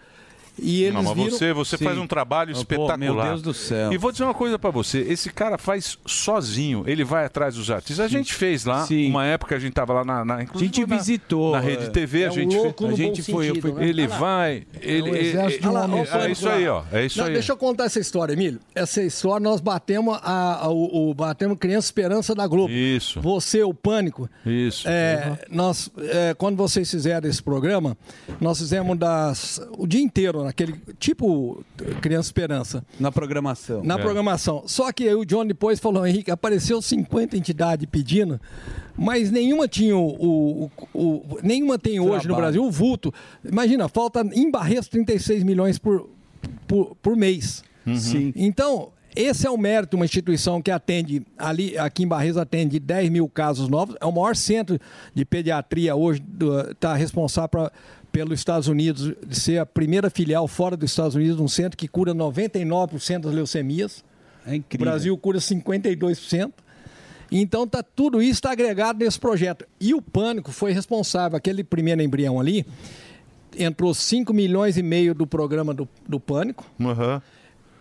E eles
Não, mas
viram-
você, você faz um trabalho
Pô,
espetacular.
meu Deus do céu.
E vou dizer uma coisa pra você, esse cara faz sozinho, ele vai atrás dos artistas. A gente fez lá, uma época a gente tava lá na, na a
gente visitou,
na rede
é.
TV,
É
a
um
gente
louco
fez,
no
a gente
bom sentido, né?
ele
Olha lá.
vai, ele
É um exército de um
ele-
homem
é,
só.
isso aí, ó, é isso
Não,
aí.
Deixa eu contar essa história, Emílio. Essa história nós batemos a, a- o, o- batemos Criança Esperança da Globo.
Isso.
Você, o Pânico.
Isso.
É, nós, é, quando vocês fizeram esse programa, nós fizemos das, o dia inteiro naquele tipo Criança Esperança.
Na programação.
Na
É.
programação. Só que aí o John depois falou, Henrique, apareceu 50 entidades pedindo, mas nenhuma tinha o. o- o- o- nenhuma tem hoje no
Trabalho.
Brasil o vulto. Imagina, falta em Barreiros 36 milhões por, por, por mês.
Uhum. Sim.
Então, esse é o mérito de uma instituição que atende, ali, aqui em Barreiros atende 10 mil casos novos, é o maior centro de pediatria hoje, está responsável pra- pelos Estados Unidos, de ser a primeira filial fora dos Estados Unidos, um centro que cura 99% das leucemias.
É
incrível. O Brasil cura 52%. Então tá tudo isso está agregado nesse projeto. E o pânico foi responsável, aquele primeiro embrião ali, entrou 5 milhões e meio do programa do, do pânico.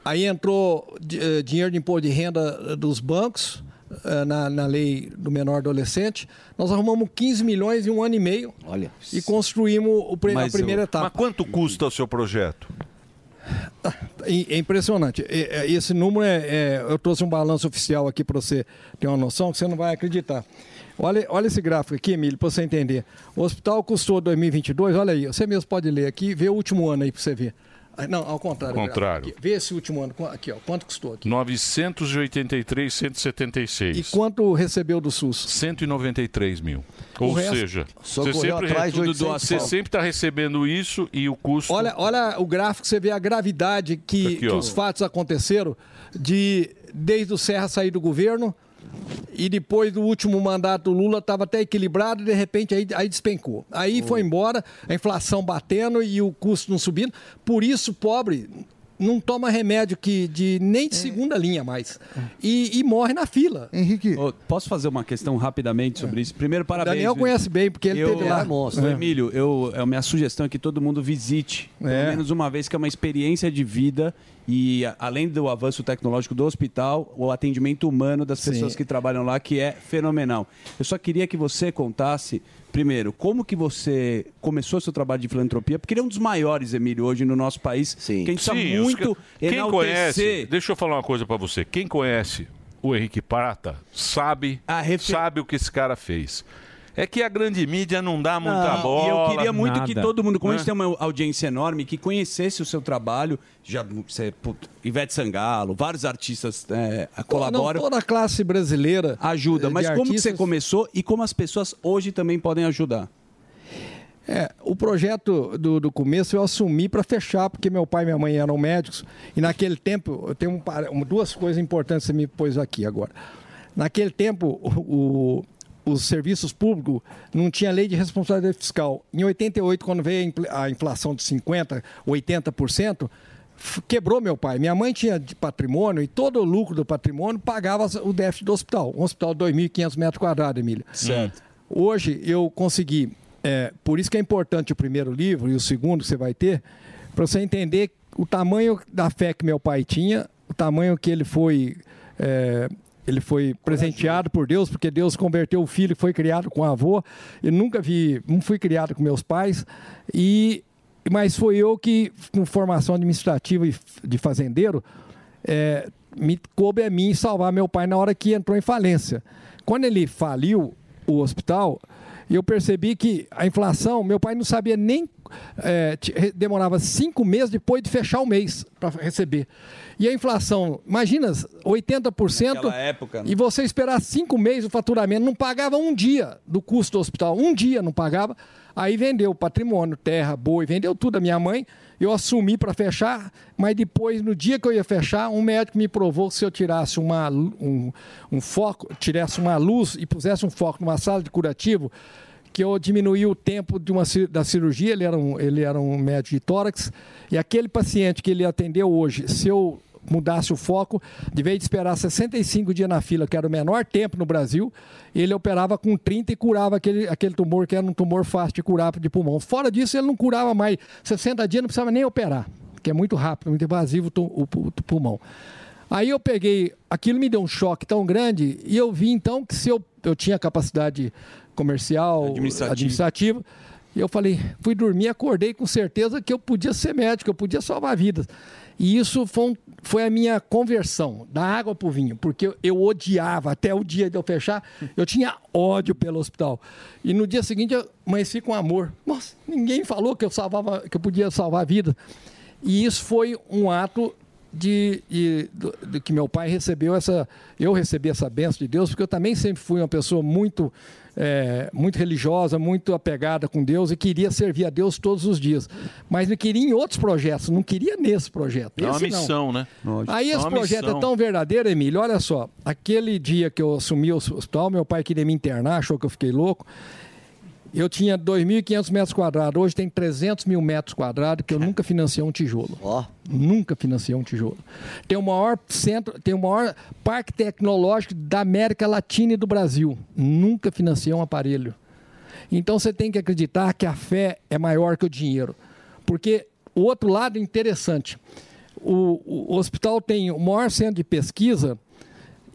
Aí entrou di- eh, dinheiro de imposto de renda eh, dos bancos eh, na, na lei do menor adolescente. Nós arrumamos 15 milhões em um ano e meio
Olha.
e construímos o pre- a primeira etapa.
Mas quanto custa o seu projeto?
I- É impressionante. E- é- Esse número é, é- Eu trouxe um balanço oficial aqui para você ter uma noção que você não vai acreditar. Olha, olha esse gráfico aqui, Emílio, para você entender. O hospital custou 2022, olha aí, você mesmo pode ler aqui, vê o último ano aí para você ver. Ah, Não, ao contrário. o
Contrário.
gráfico aqui. Vê esse último ano, qu- aqui, ó, quanto custou aqui.
983,
E
176.
quanto recebeu do SUS?
193 mil. Ou
resto-
seja,
Só
você
correu
sempre
atrás de
re-
800
você
pau.
sempre está recebendo isso e o custo.
Olha, olha o gráfico, você vê a gravidade
Tá
que,
Aqui,
que
ó.
os fatos aconteceram de desde o Serra sair do governo e depois do último mandato do Lula estava até equilibrado e de repente aí, aí despencou. Aí foi embora, a inflação batendo e o custo não subindo. Por isso, pobre não toma remédio que de nem de segunda linha mais e, e morre na fila.
Henrique. posso fazer uma questão rapidamente sobre isso? Primeiro, parabéns.
Daniel conhece bem, porque ele teve lá.
Ô, Emílio, eu, a minha sugestão é que todo mundo visite, pelo menos uma vez, que é uma experiência de vida. E a- além do avanço tecnológico do hospital, o atendimento humano das pessoas que trabalham lá, que é fenomenal. Eu só queria que você contasse, primeiro, como que você começou seu trabalho de filantropia, porque ele é um dos maiores, Emílio, hoje no nosso país. Sim. Que a gente
Sim,
precisa
os
muito
que- Quem
enaltecer.
conhece, deixa eu falar uma coisa pra você. Quem conhece o Henrique Prata sabe, sabe o que esse cara fez. É que a grande mídia não dá muita
Não,
bola.
Ah, E eu queria muito que todo mundo, como a gente
Né?
tem uma audiência enorme, que conhecesse o seu trabalho. Já, você, puto, Ivete Sangalo, vários artistas né, colaboram.
toda a classe brasileira
ajuda.
eh, de
Mas como que você
artistas-
começou e como as pessoas hoje também podem ajudar?
É, o projeto do, do começo eu assumi para fechar, porque meu pai e minha mãe eram médicos, e naquele tempo, eu tenho um par- um- duas coisas importantes que você me pôs aqui agora. Naquele tempo, o, o- os serviços públicos não tinha lei de responsabilidade fiscal. Em 88, quando veio a infla- a inflação de 50%, 80%, f- quebrou meu pai. Minha mãe tinha de patrimônio e todo o lucro do patrimônio pagava as- o déficit do hospital. Um hospital de 2.500 metros quadrados, Emílio.
Certo.
Hoje eu consegui, é, por isso que é importante o primeiro livro e o segundo que você vai ter, para você entender o tamanho da fé que meu pai tinha, o tamanho que ele foi, é, ele foi presenteado por Deus, porque Deus converteu o filho que foi criado com o avô. Eu nunca vi, não fui criado com meus pais e mas foi eu que, com formação administrativa e f- de fazendeiro, é, me coube a mim salvar meu pai na hora que entrou em falência. Quando ele faliu o hospital, eu percebi que a inflação, meu pai não sabia nem. é, ti- re- demorava cinco meses depois de fechar o mês para receber. E a inflação, imagina, 80%.
Naquela época, né?
E você esperar cinco meses o faturamento, não pagava um dia do custo do hospital, um dia não pagava. Aí vendeu patrimônio, terra, boi, vendeu tudo a minha mãe. Eu assumi para fechar, mas depois, no dia que eu ia fechar, um médico me provou que se eu tirasse uma, lu- um, um foco, tirasse uma luz e pusesse um foco numa sala de curativo, que eu diminuí o tempo de uma, cir- da cirurgia, ele era, um, ele era um médico de tórax, e aquele paciente que ele atendeu hoje, se eu mudasse o foco, de vez de esperar 65 dias na fila, que era o menor tempo no Brasil, ele operava com 30 e curava aquele, aquele tumor, que era um tumor fácil de curar de pulmão. Fora disso, ele não curava mais, 60 dias não precisava nem operar, que é muito rápido, muito invasivo o tu- o pu- o pulmão. Aí eu peguei, aquilo me deu um choque tão grande e eu vi então que se eu, eu tinha capacidade comercial, administrativa. e eu falei, fui dormir, acordei com certeza que eu podia ser médico, eu podia salvar vidas. E isso foi, um- foi a minha conversão, da água para o vinho, porque eu, eu odiava, até o dia de eu fechar, eu tinha ódio pelo hospital. E no dia seguinte eu amanheci com amor. Nossa, ninguém falou que eu, salvava, que eu podia salvar vidas. E isso foi um ato de, de- do- de que meu pai recebeu essa. Eu recebi essa benção de Deus, porque eu também sempre fui uma pessoa muito, eh, muito religiosa, muito apegada com Deus e queria servir a Deus todos os dias. Mas não queria em outros projetos, não queria nesse projeto.
É uma
Esse não.
missão, né?
Aí
É
esse
uma
projeto
missão.
é tão verdadeiro, Emílio. Olha só, aquele dia que eu assumi o hospital, meu pai queria me internar, achou que eu fiquei louco. Eu tinha 2.500 metros quadrados, hoje tem 300 mil metros quadrados, que eu nunca financiei um tijolo. Nunca financiei um tijolo. Tem o maior centro, tem o maior parque tecnológico da América Latina e do Brasil. Nunca financiei um aparelho. Então você tem que acreditar que a fé é maior que o dinheiro. Porque o outro lado é interessante. O, o- o hospital tem o maior centro de pesquisa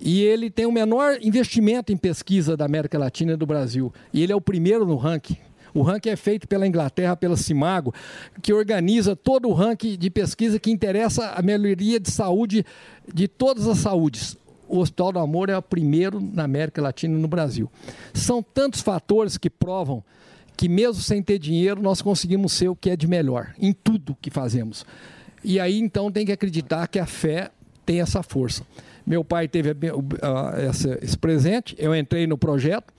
e ele tem o menor investimento em pesquisa da América Latina e do Brasil. E ele é o primeiro no ranking. O ranking é feito pela Inglaterra, pela Cimago, que organiza todo o ranking de pesquisa que interessa a melhoria de saúde de todas as saúdes o Hospital do Amor é o primeiro na América Latina e no Brasil. São tantos fatores que provam que, mesmo sem ter dinheiro, nós conseguimos ser o que é de melhor em tudo que fazemos. E aí, então, tem que acreditar que a fé tem essa força. Meu pai teve a be- o- a- essa- esse presente, eu entrei no projeto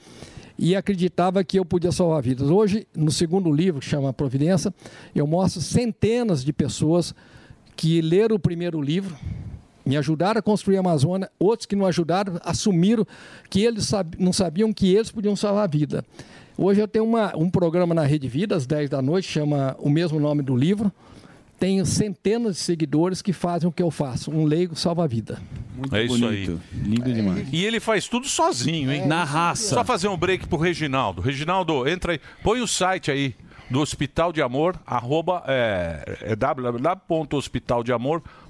e acreditava que eu podia salvar vidas. Hoje, no segundo livro, que chama Providência, eu mostro centenas de pessoas que leram o primeiro livro, me ajudaram a construir a Amazônia, outros que não ajudaram assumiram que eles sab- não sabiam que eles podiam salvar a vida. Hoje eu tenho uma- um programa na Rede Vida, às 10 da noite, chama o mesmo nome do livro. Tenho centenas de seguidores que fazem o que eu faço. Um leigo salva a vida.
é isso aí. Lindo demais. É, E ele faz tudo sozinho, hein? Na raça. Só fazer um break pro Reginaldo. Reginaldo, entra aí. Põe o site aí do Hospital de Amor, arroba, é, é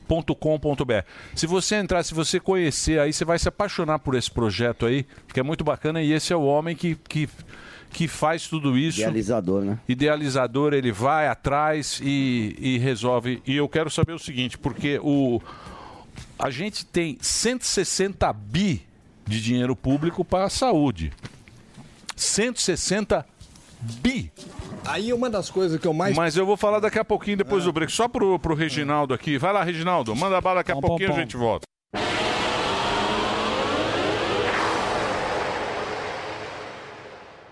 www.hospitaldeamor.com.br. Se você entrar, se você conhecer aí, você vai se apaixonar por esse projeto aí, que é muito bacana. E esse é o homem que, que, que faz tudo isso.
Realizador, né?
idealizador, ele vai atrás e, e resolve. E eu quero saber o seguinte, porque o, a gente tem 160 bi de dinheiro público para a saúde. 160 bi.
Aí uma das coisas que eu mais.
Mas eu vou falar daqui a pouquinho depois
É.
do break, só pro, pro Reginaldo aqui. Vai lá, Reginaldo, manda bala daqui a pouquinho
pom.
a gente volta.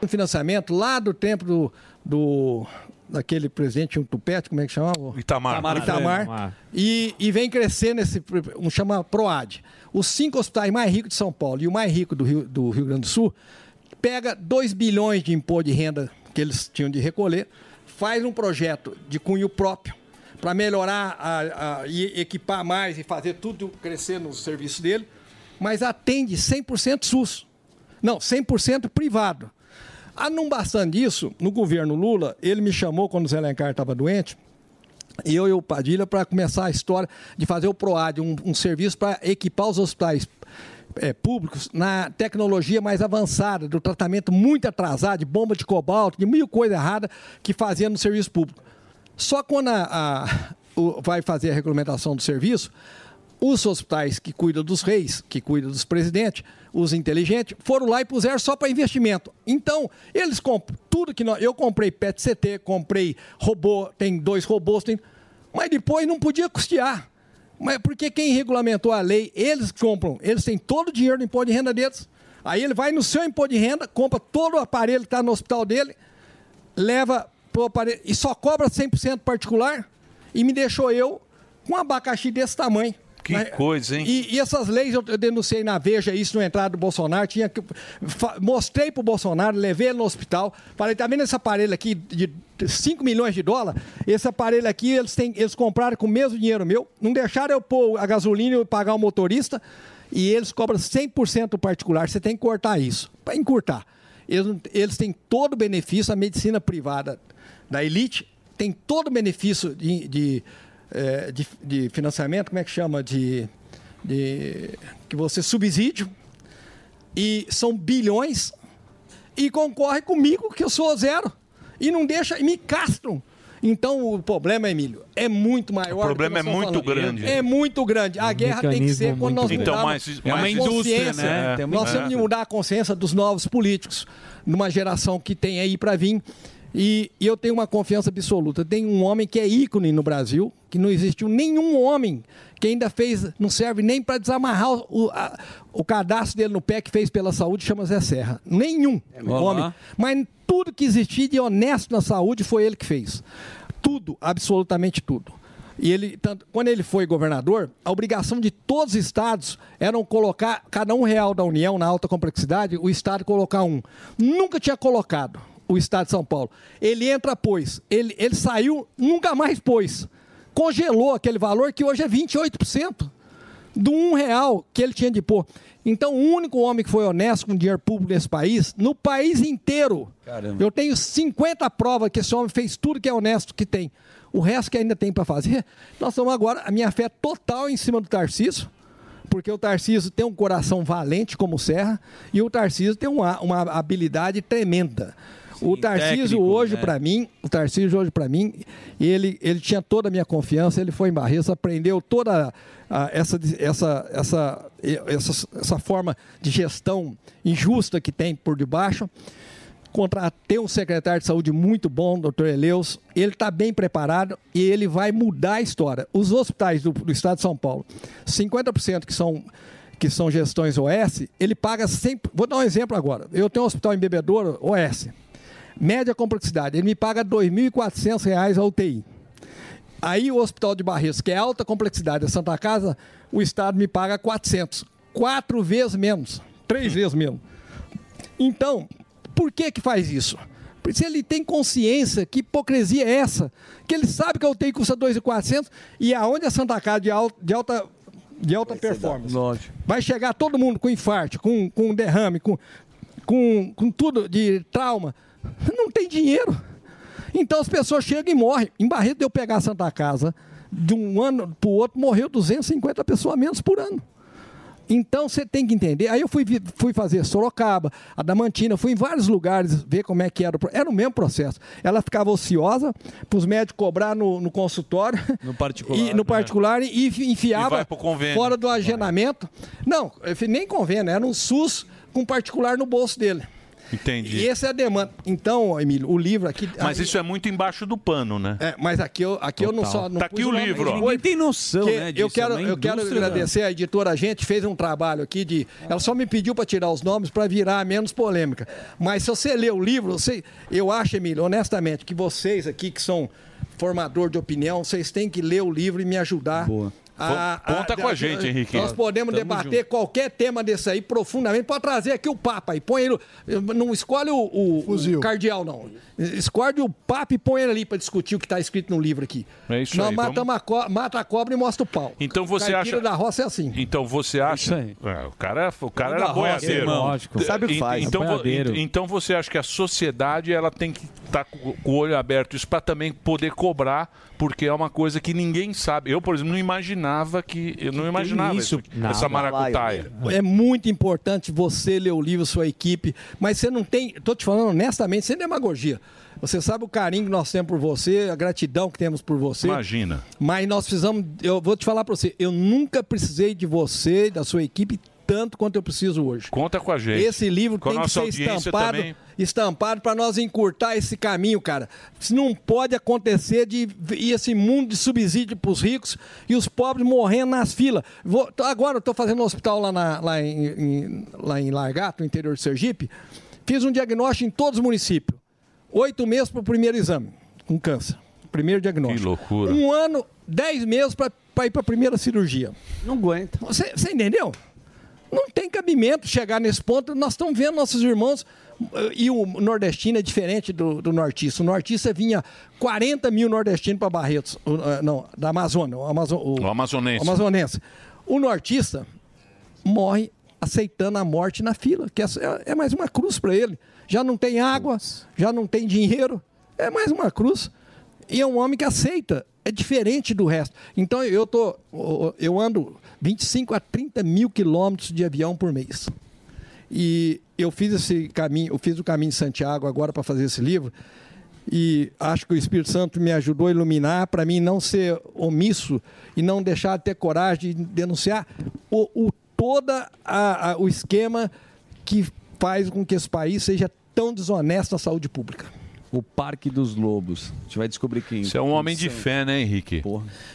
Um financiamento lá do tempo do, do- daquele presidente um tupete, como é que chamava?
Itamar.
Itamar.
Itamar.
E, e vem crescendo esse, um chama PROAD. Os cinco hospitais mais ricos de São Paulo e o mais rico do Rio, do Rio Grande do Sul Pega 2 bilhões de imposto de renda que eles tinham de recolher, faz um projeto de cunho próprio para melhorar a- a- e equipar mais e fazer tudo crescer no serviço dele, mas atende 100% SUS. Não, 100% privado. Ah, não bastando isso, no governo Lula, ele me chamou quando o Zé Alencar estava doente, eu e o Padilha para começar a história de fazer o PROAD, um, um serviço para equipar os hospitais eh, públicos na tecnologia mais avançada, do tratamento muito atrasado, de bomba de cobalto, de mil coisa errada que fazia no serviço público. Só quando a- a- o- vai fazer a regulamentação do serviço, os hospitais que cuidam dos reis, que cuidam dos presidentes, os inteligentes, foram lá e puseram só para investimento. Então, eles compram tudo que nós. Eu comprei PET-CT, comprei robô, tem dois robôs, tem, mas depois não podia custear. Mas porque quem regulamentou a lei, eles compram, eles têm todo o dinheiro do imposto de renda deles. Aí ele vai no seu imposto de renda, compra todo o aparelho que está no hospital dele, leva pro aparelho e só cobra 100% particular e me deixou eu com um abacaxi desse tamanho.
Que coisa, hein?
E, e essas leis eu eu denunciei na Veja isso no entrada do Bolsonaro. Tinha que, fa- mostrei pro Bolsonaro, levei ele no hospital. Falei, tá vendo esse aparelho aqui de 5 milhões de dólares? Esse aparelho aqui eles, têm, eles compraram com o mesmo dinheiro meu. Não deixaram eu pôr a gasolina e pagar o motorista. E eles cobram 100% particular. Você tem que cortar isso. Para encurtar. Eles, não- eles têm todo o benefício, a medicina privada da elite tem todo o benefício de, de, eh, de- de financiamento, como é que chama? De, de- que você subsídio. E são bilhões. E concorre comigo, que eu sou zero. E não deixa, e me castram. Então o problema, Emílio, é muito maior. do que
problema
nós
é
estamos
muito grande.
É muito grande. A guerra tem que ser
mecanismo
quando nós
muito grande. Então,
mudarmos
mas- É uma
a
indústria,
consciência.
né? Tem uma
Nós temos de
indústria.
mudar a consciência dos novos políticos, numa geração que tem aí para vir. E, e eu tenho uma confiança absoluta. Tem um homem que é ícone no Brasil, que não existiu nenhum homem que ainda fez, não serve nem para desamarrar o, a- o cadastro dele no pé que fez pela saúde, chama Zé Serra. Nenhum
mesmo?
homem.
Olá.
Mas tudo que existia de honesto na saúde foi ele que fez. Tudo, absolutamente tudo. E ele, tanto, quando ele foi governador, a obrigação de todos os estados eram colocar cada um real da União na alta complexidade, o estado colocar um. Nunca tinha colocado o estado de São Paulo. Ele entra, pois. Ele, ele saiu, nunca mais pôs. Congelou aquele valor que hoje é 28% do um real que ele tinha de pôr. Então, o único homem que foi honesto com dinheiro público nesse país, no país inteiro.
Caramba.
Eu tenho 50 provas que esse homem fez tudo que é honesto que tem. O resto que ainda tem para fazer, nós estamos agora, a minha fé é total em cima do Tarcísio, porque o Tarcísio tem um coração valente como o Serra e o Tarcísio tem uma, uma habilidade tremenda. o Tarcísio
técnico,
hoje,
né?
para para mim, o Tarcísio hoje para mim, ele, ele tinha toda a minha confiança, ele foi em Barretos, aprendeu toda a- essa, essa, essa, essa, essa forma de gestão injusta que tem por debaixo. Contratei um secretário de saúde muito bom, doutor Eleus. Ele está bem preparado e ele vai mudar a história. Os hospitais do, do estado de São Paulo, 50% que são que são gestões OS, ele paga sempre. Vou dar um exemplo agora. Eu tenho um hospital em Bebedouro, OS. Média complexidade, ele me paga R$ 2.400 a UTI. Aí o Hospital de Barreiros, que é alta complexidade da Santa Casa, o Estado me paga 400. Quatro vezes menos. Três vezes menos. Então, por que que faz isso? Porque Se ele tem consciência, que hipocrisia é essa? Que ele sabe que a UTI custa 2.400 e aonde a Santa Casa de alta, de alta, de alta performance? Vai chegar todo mundo com infarto, com, com derrame, com, com, com tudo de trauma. Não tem dinheiro. Então as pessoas chegam e morrem. Em Barreto, eu pegar a Santa Casa, de um ano para o outro, morreu 250 pessoas a menos por ano. Então você tem que entender. Aí eu fui, vi- fui fazer Sorocaba, Adamantina, fui em vários lugares ver como é que era. o pro- Era o mesmo processo. Ela ficava ociosa para os médicos cobrar no, no consultório. No particular.
né?
E, no particular e enfi-
E vai
enfiava
pro convênio.
fora do agenamento. Não, eu fi- nem convênio, era um SUS com particular no bolso dele.
Entendi.
E essa é a demanda. Então, Emílio, o livro aqui.
Mas isso é muito embaixo do pano, né?
É, mas aqui eu, aqui eu não
Total.
só. Não
Tá aqui
pus
o
nome,
livro,
mas
ó.
foi-
Ninguém tem noção,
que
né,
Eu
disso,
quero,
é uma
eu quero
indústria,
agradecer a editora. A gente fez um trabalho aqui de. Ela só me pediu para tirar os nomes para virar menos polêmica. Mas se você ler o livro, você, eu acho, Emílio, honestamente, que vocês aqui que são formador de opinião, vocês têm que ler o livro e me ajudar
Ah, Conta com a gente, Henrique.
Nós podemos
Tamo
debater qualquer tema desse aí profundamente. Pode trazer aqui o Papa e põe ele. Não escolhe o, o- o cardeal, não. Escolhe o Papa e põe ele ali para discutir o que está escrito no livro aqui.
É isso
Nós
aí,
matamos a co- mata a cobra e mostra o pau.
Então você
Caipira
acha.
da roça é assim.
Então você acha. É, o cara, o cara
Manda
era
roça,
boiadeiro.
irmão. Lógico.
É,
Sabe o que
en-
faz,
Então, vo-
boiadeiro.
en- então você acha que a sociedade ela tem que estar com o olho aberto isso para também poder cobrar, porque é uma coisa que ninguém sabe. Eu, por exemplo, não imaginava que. Eu não imaginava isso,
isso.
essa maracutaia.
É muito importante você ler o livro, sua equipe, mas você não tem, estou te falando honestamente, sem demagogia. Você sabe o carinho que nós temos por você, a gratidão que temos por você.
Imagina.
Mas nós precisamos, eu vou te falar para você, eu nunca precisei de você, e da sua equipe, tanto quanto eu preciso hoje.
Conta com a gente.
Esse livro
Com a
tem que
nossa
ser
audiência
estampado,
também.
estampado para nós encurtar esse caminho, cara. Isso Não pode acontecer de ir esse mundo de subsídio para os ricos e os pobres morrendo nas filas. Vou- tô- agora eu estou fazendo um hospital lá, na- lá em, em- lá em Largato, no interior de Sergipe. Fiz um diagnóstico em todos os municípios. Oito meses para o primeiro exame, com câncer. Primeiro diagnóstico.
Que loucura.
Um ano, dez meses para ir para a primeira cirurgia. Não aguenta. Você, você entendeu? Não tem cabimento chegar nesse ponto. Nós estamos vendo nossos irmãos. eh, E o nordestino é diferente do, do nortista. O nortista vinha 40 mil nordestinos para Barretos. o- eh, Não, da Amazônia. O, Amazo- o-
O amazonense.
amazonense. O nortista morre aceitando a morte na fila, que essa é, é mais uma cruz para ele. Já não tem água, já não tem dinheiro, é mais uma cruz. E é um homem que aceita, é diferente do resto. Então eu tô, eu ando 25 a 30 mil quilômetros de avião por mês. E eu fiz esse caminho, eu fiz o caminho de Santiago agora para fazer esse livro. E acho que o Espírito Santo me ajudou a iluminar para mim não ser omisso e não deixar de ter coragem de denunciar o, o toda a- a- o esquema que faz com que esse país seja tão desonesto na saúde pública.
O Parque dos Lobos. A gente vai descobrir quem.
Você é um homem de fé, né, Henrique?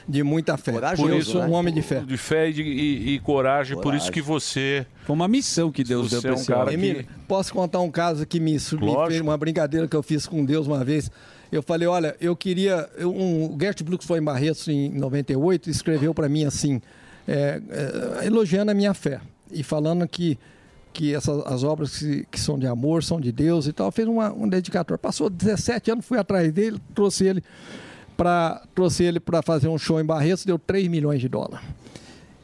De muita fé.
Por
eu
isso-
sou um homem de fé.
De fé e, de- e- e coragem, por isso
Coragem.
que você.
Foi uma missão que
Deus
deu
você
pra
é um
esse
cara
homem.
que-
Emílio, posso contar um caso que me subi,
Lógico.
fez uma brincadeira que eu fiz com Deus uma vez. Eu falei, olha, eu queria. eu- um, o Gert Brooks foi em Barretos em 98 e escreveu para mim assim, é, é, elogiando a minha fé e falando que que essas as obras que, que são de amor são de Deus e tal. Fez uma, um dedicatório. Passou 17 anos, fui atrás dele, trouxe ele para trouxe ele para fazer um show em Barretos, deu 3 milhões de dólares.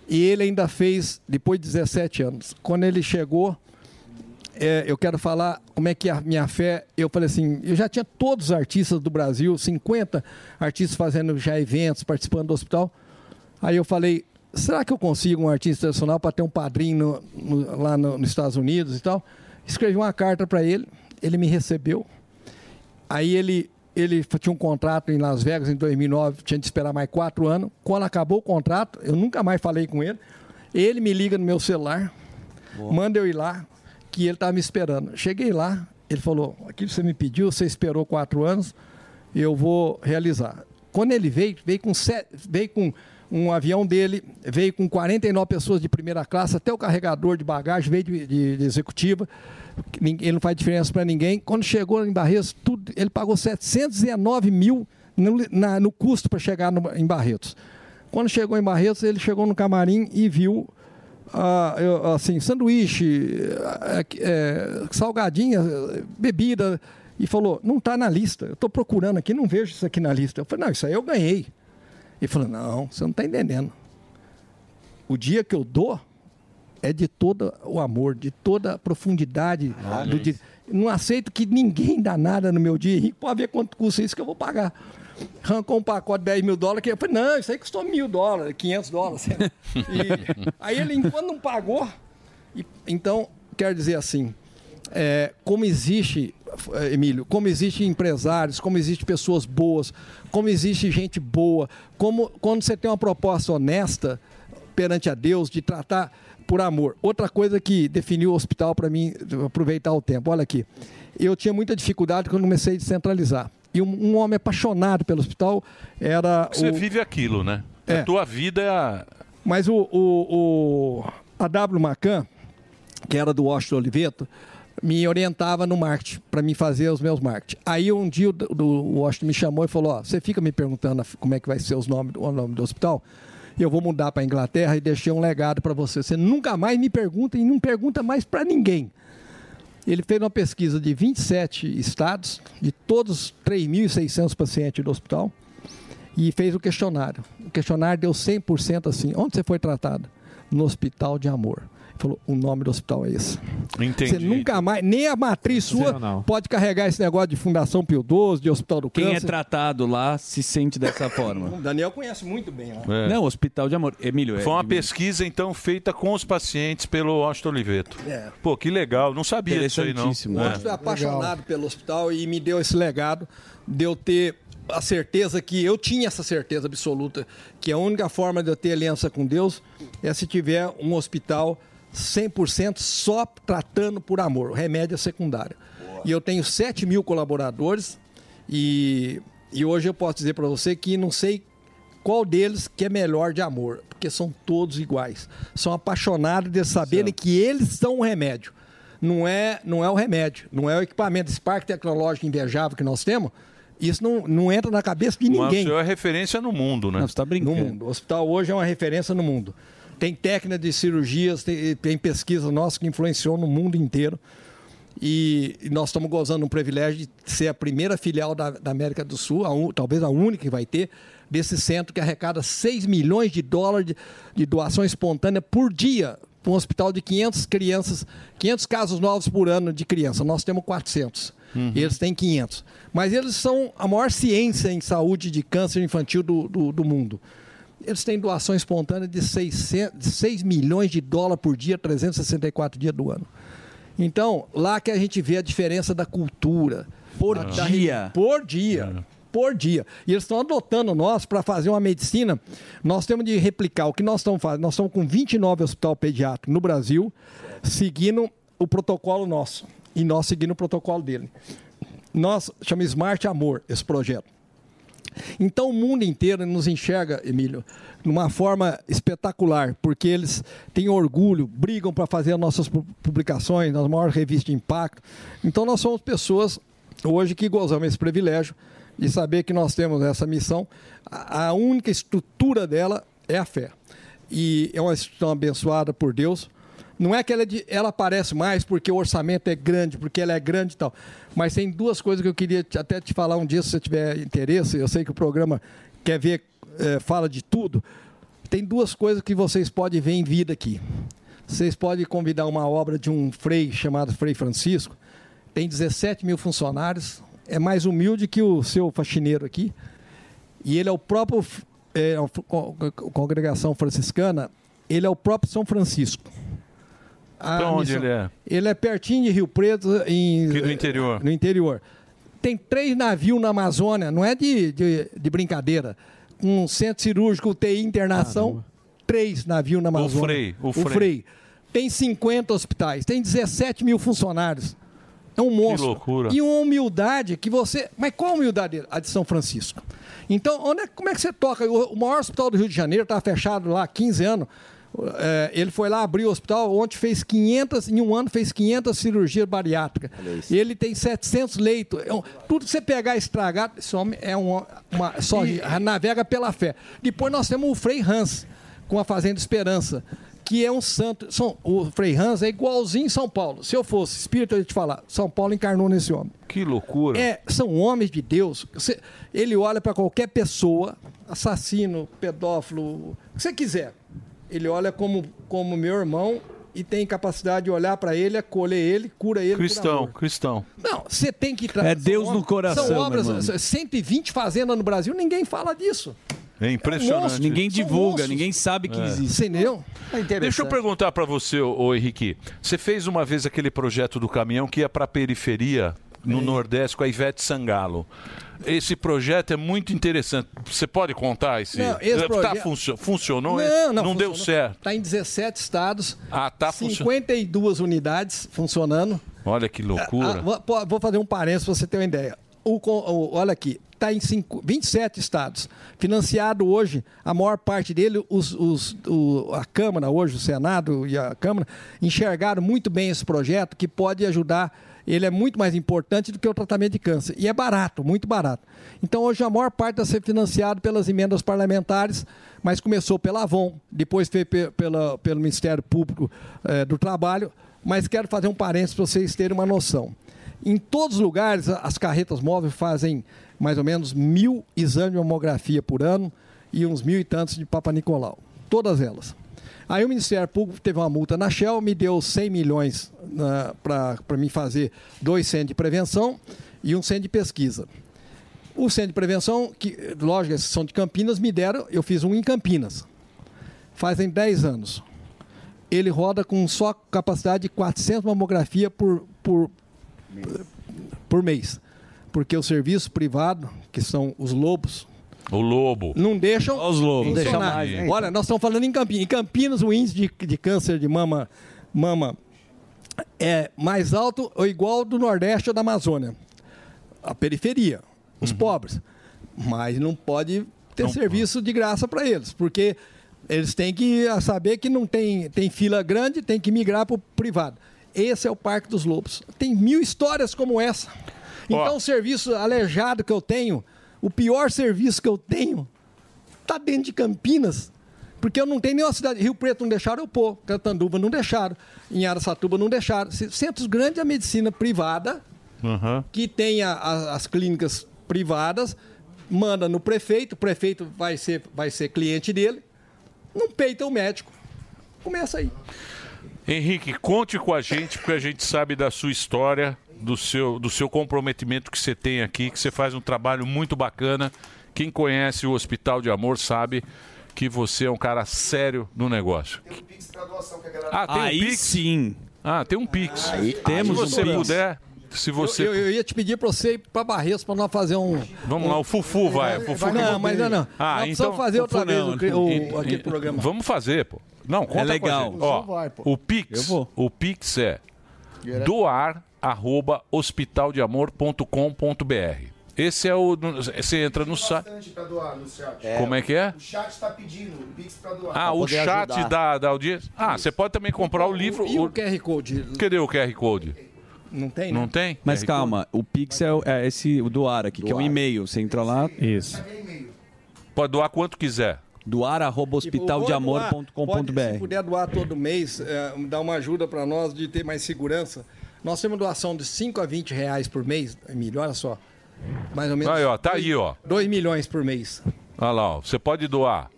E ele ainda fez depois de 17 anos. Quando ele chegou, é, eu quero falar como é que a minha fé. Eu falei assim, eu já tinha todos os artistas do Brasil, 50 artistas fazendo já eventos, participando do hospital. Aí eu falei, será que eu consigo um artista internacional para ter um padrinho no- no- lá no- nos Estados Unidos e tal? Escrevi uma carta para ele, ele me recebeu. Aí ele, ele f- tinha um contrato em Las Vegas em 2009, tinha de esperar mais quatro anos. Quando acabou o contrato, eu nunca mais falei com ele. Ele me liga no meu celular, manda eu ir lá, que ele estava me esperando. Cheguei lá, ele falou: aquilo que você me pediu, você esperou quatro anos, eu vou realizar. Quando ele veio, veio com, se- veio com um avião dele, veio com 49 pessoas de primeira classe, até o carregador de bagagem veio de, de- de executiva. que nin- Ele não faz diferença para ninguém. Quando chegou em Barretos, tudo, ele pagou 719 mil no, na- no custo para chegar no- em Barretos. Quando chegou em Barretos, ele chegou no camarim e viu ah, eu, assim, sanduíche, ah, é, salgadinha, eh, bebida, e falou, não está na lista. Eu estou procurando aqui, não vejo isso aqui na lista. Eu falei, não, isso aí eu ganhei. Ele falou, não, você não está entendendo. O dia que eu dou é de todo o amor, de toda a profundidade. do dia. Não aceito que ninguém dá nada no meu dia. Henrique, pode ver quanto custa isso que eu vou pagar. Arrancou um pacote de 10 mil dólares. Que eu falei, não, isso aí custou mil dólares, 500 dólares. sei lá. E- aí ele, enquanto não pagou... e- então, quer dizer assim, é, como existe, eh, Emílio, como existe empresários, como existe pessoas boas, como existe gente boa, como quando você tem uma proposta honesta perante a Deus de tratar por amor. Outra coisa que definiu o hospital para mim aproveitar o tempo. Olha aqui, eu tinha muita dificuldade quando comecei a descentralizar. E um, um homem apaixonado pelo hospital era
Você
o
vive aquilo, né?
É.
A tua vida é a.
mas o, o, o a W Macan, que era do Washington Oliveto, me orientava no marketing, para me fazer os meus marketing. Aí um dia o, do- o Washington me chamou e falou: Ó, você fica me perguntando a- como é que vai ser os nome, o nome do hospital? eu vou mudar para a Inglaterra e deixei um legado para você. Você nunca mais me pergunta e não pergunta mais para ninguém. Ele fez uma pesquisa de 27 estados, de todos 3.600 pacientes do hospital, e fez o questionário. O questionário deu 100% assim: onde você foi tratado? No hospital de amor. Ele falou: o nome do hospital é esse.
Entendi.
Você nunca mais, nem a matriz sua
Não, não.
pode carregar esse negócio de Fundação Pio XII, de Hospital do
Quem é
Câncer.
tratado lá se sente dessa forma.
O Daniel conhece muito bem lá.
É.
Não, hospital de amor. Emílio, é-
Foi uma pesquisa, então, feita com os pacientes pelo Austin Oliveto.
É.
Pô, que legal. Não sabia disso aí, não.
O Austin é apaixonado pelo hospital e me deu esse legado de eu ter a certeza que eu tinha essa certeza absoluta que a única forma de eu ter aliança com Deus é se tiver um hospital 100% só tratando por amor, o remédio é secundário. E eu tenho 7 mil colaboradores e, e hoje eu posso dizer para você que não sei qual deles que é melhor de amor, porque são todos iguais. São apaixonados de saberem que eles são o remédio. Não é, não é o remédio, não é o equipamento. Esse parque tecnológico invejável que nós temos, isso não, não entra na cabeça de
Mas o
ninguém.
senhor é referência no mundo, né?
Não, você tá brincando. No mundo. O hospital hoje é uma referência no mundo. Tem técnica de cirurgias, tem, tem pesquisa nossa que influenciou no mundo inteiro. E, e nós estamos gozando um privilégio de ser a primeira filial da, da América do Sul, a un- talvez a única que vai ter, desse centro que arrecada 6 milhões de dólares de, de doação espontânea por dia para um hospital de 500 crianças, 500 casos novos por ano de criança. Nós temos 400. E eles têm 500. Mas eles são a maior ciência em saúde de câncer infantil do, do, do mundo. Eles têm doação espontânea de 600, de 6 milhões de dólares por dia, 364 dias do ano. Então, lá que a gente vê a diferença da cultura. Por
dia.
Por dia. Por dia. E eles estão adotando nós para fazer uma medicina. Nós temos de replicar o que nós estamos fazendo. Nós estamos com 29 hospital pediátrico no Brasil, seguindo o protocolo nosso. E nós seguindo o protocolo dele. Nós chama Smart Amor esse projeto. Então o mundo inteiro nos enxerga, Emílio, numa forma espetacular, porque eles têm orgulho, brigam para fazer as nossas pu- publicações, nas maiores revistas de impacto. Então nós somos pessoas hoje que gozamos esse privilégio de saber que nós temos essa missão. A a única estrutura dela é a fé. E é uma instituição abençoada por Deus. Não é que ela, é de- ela aparece mais porque o orçamento é grande, porque ela é grande e tal. Mas tem duas coisas que eu queria te- até te falar um dia, se você tiver interesse. Eu sei que o programa quer ver, eh, fala de tudo. Tem duas coisas que vocês podem ver em vida aqui. Vocês podem convidar uma obra de um frei chamado Frei Francisco. Tem 17 mil funcionários. É mais humilde que o seu faxineiro aqui. E ele é o próprio, é, a co- co- congregação franciscana, ele é o próprio São Francisco. A
Pra onde ele é?
Ele é pertinho de Rio Preto, em,
Aqui do interior.
no interior. Tem três navios na Amazônia, não é de, de, de brincadeira. Um centro cirúrgico, UTI, internação, três navios na Amazônia.
Frei, o Frei.
Tem 50 hospitais, tem 17 mil funcionários. É um monstro.
loucura.
E uma humildade que você. Mas qual a humildade dele? A de São Francisco. Então, onde é- como é que você toca? O o maior hospital do Rio de Janeiro estava fechado lá há 15 anos. É, ele foi lá abrir o hospital, onde fez 500, em um ano fez 500 cirurgias bariátricas. Ele tem 700 leitos. É um- Tudo que você pegar estragado, esse homem é um- uma, só navega pela fé. Depois nós temos o Frei Hans, com a Fazenda Esperança, que é um santo. São, o Frei Hans é igualzinho São Paulo. Se eu fosse espírito, eu ia te falar: São Paulo encarnou nesse homem.
Que loucura.
É, são homens de Deus. Você- ele olha para qualquer pessoa, assassino, pedófilo, o que você quiser. Ele olha como, como meu irmão e tem capacidade de olhar para ele, acolher ele, cura ele. por
Cristão,
amor.
cristão.
Não, você tem que trazer.
É Deus no coração,
São
meu
obras,
irmão.
120 fazendas no Brasil, ninguém fala disso.
É impressionante.
monstro.
Ninguém
São
divulga,
monstros.
ninguém sabe que
É.
existe.
Você entendeu?
Deixa eu perguntar pra você, ô, ô Henrique. Você fez uma vez aquele projeto do caminhão que ia pra periferia
É.
no Nordeste com a Ivete Sangalo. Esse projeto é muito interessante. Você pode contar esse?
Não, esse
Tá
projeto-
funcio- Funcionou? hein?
Não, não
é- deu certo.
Está em 17 estados,
Ah, tá funcionando.
52 unidades funcionando.
Olha que loucura.
Ah, vou- vou fazer um parênteses para você ter uma ideia. O, con- o- olha aqui, está em cinco- 27 estados. Financiado hoje, a maior parte dele, os- os- o- a Câmara hoje, o Senado e a Câmara, enxergaram muito bem esse projeto que pode ajudar ele é muito mais importante do que o tratamento de câncer. E é barato, muito barato. Então, hoje, a maior parte está sendo financiado pelas emendas parlamentares, mas começou pela Avon, depois foi pe- pela, pelo Ministério Público eh, do Trabalho. Mas quero fazer um parênteses para vocês terem uma noção. Em todos os lugares, a- as carretas móveis fazem mais ou menos mil exames de mamografia por ano e uns mil e tantos de Papa Nicolau. Todas elas. Aí o Ministério Público teve uma multa na Shell, me deu 100 milhões para mim fazer dois centros de prevenção e um centro de pesquisa. O centro de prevenção, que eh, lógico, esses são de Campinas, me deram, eu fiz um em Campinas. Fazem 10 anos. Ele roda com só capacidade de 400 mamografia por, por, por mês. Porque o serviço privado, que são os lobos,
O lobo.
não deixam.
Olha os lobos.
Não deixam
Entendi.
mais.
então.
Olha, nós estamos falando em Campinas. Em Campinas, o índice de, de câncer de mama, mama é mais alto ou igual ao do Nordeste ou da Amazônia. A periferia, os pobres. Mas Uhum. não pode ter serviço de graça para eles, porque eles têm que ah, saber que não tem, tem fila grande, tem que migrar para o privado. Esse é o Parque dos Lobos. Tem mil histórias como essa. Então, o serviço aleijado que eu tenho, o pior serviço que eu tenho, tá dentro de Campinas, porque eu não tenho nenhuma cidade. Rio Preto não deixaram eu pôr, Catanduva não deixaram, em Araçatuba não deixaram. C- Centros grandes da medicina privada, que tem a- a- as clínicas privadas, manda no prefeito, o prefeito vai ser, vai ser cliente dele, não peita o médico. Começa aí.
Henrique, conte com a gente, porque a gente sabe da sua história, do seu, do seu comprometimento que você tem aqui, que você faz um trabalho muito bacana. Quem conhece o Hospital de Amor sabe que você é um cara sério no negócio. Ah, tem
Aí
um Pix?
sim.
Ah, tem um Pix.
temos
se
um
você
Pix.
puder, se você...
Eu, eu ia te pedir para você ir para Barretos para nós fazer um.
Vamos lá, o Fufu vai. o Fufu
Não,
que-
mas não, não.
Ah,
Nós
então,
precisamos fazer outra
Fufu
vez
não.
o cri- o-
E-
aquele
e-
programa.
Vamos fazer, pô. Não, conta
É
com a
legal.
gente. Ó,
Você vai, pô.
O Pix, o Pix é doar arroba hospitaldeamor.com.br. Esse é o. Você entra no site.
pra doar no chat.
Como é que é?
O chat tá pedindo o Pix pra doar.
Ah, o chat da, da audiência. Ah, você pode também comprar o livro.
E o QR Code?
Cadê o QR Code?
Não tem? né?
Não tem?
Mas calma, o Pix é, o- é esse o doar aqui, que é um e-mail. Você entra lá. Isso.
Pode doar quanto quiser.
Doar arroba
Pode, Se
hospitaldeamor.com.br.
puder doar todo mês, eh, dar uma ajuda para nós de ter mais segurança. Nós temos doação de 5 a 20 reais por mês, Emílio, olha só. Mais ou menos.
Aí, ó, tá aí, ó.
2 milhões por mês.
Olha Ah lá, ó. você pode doar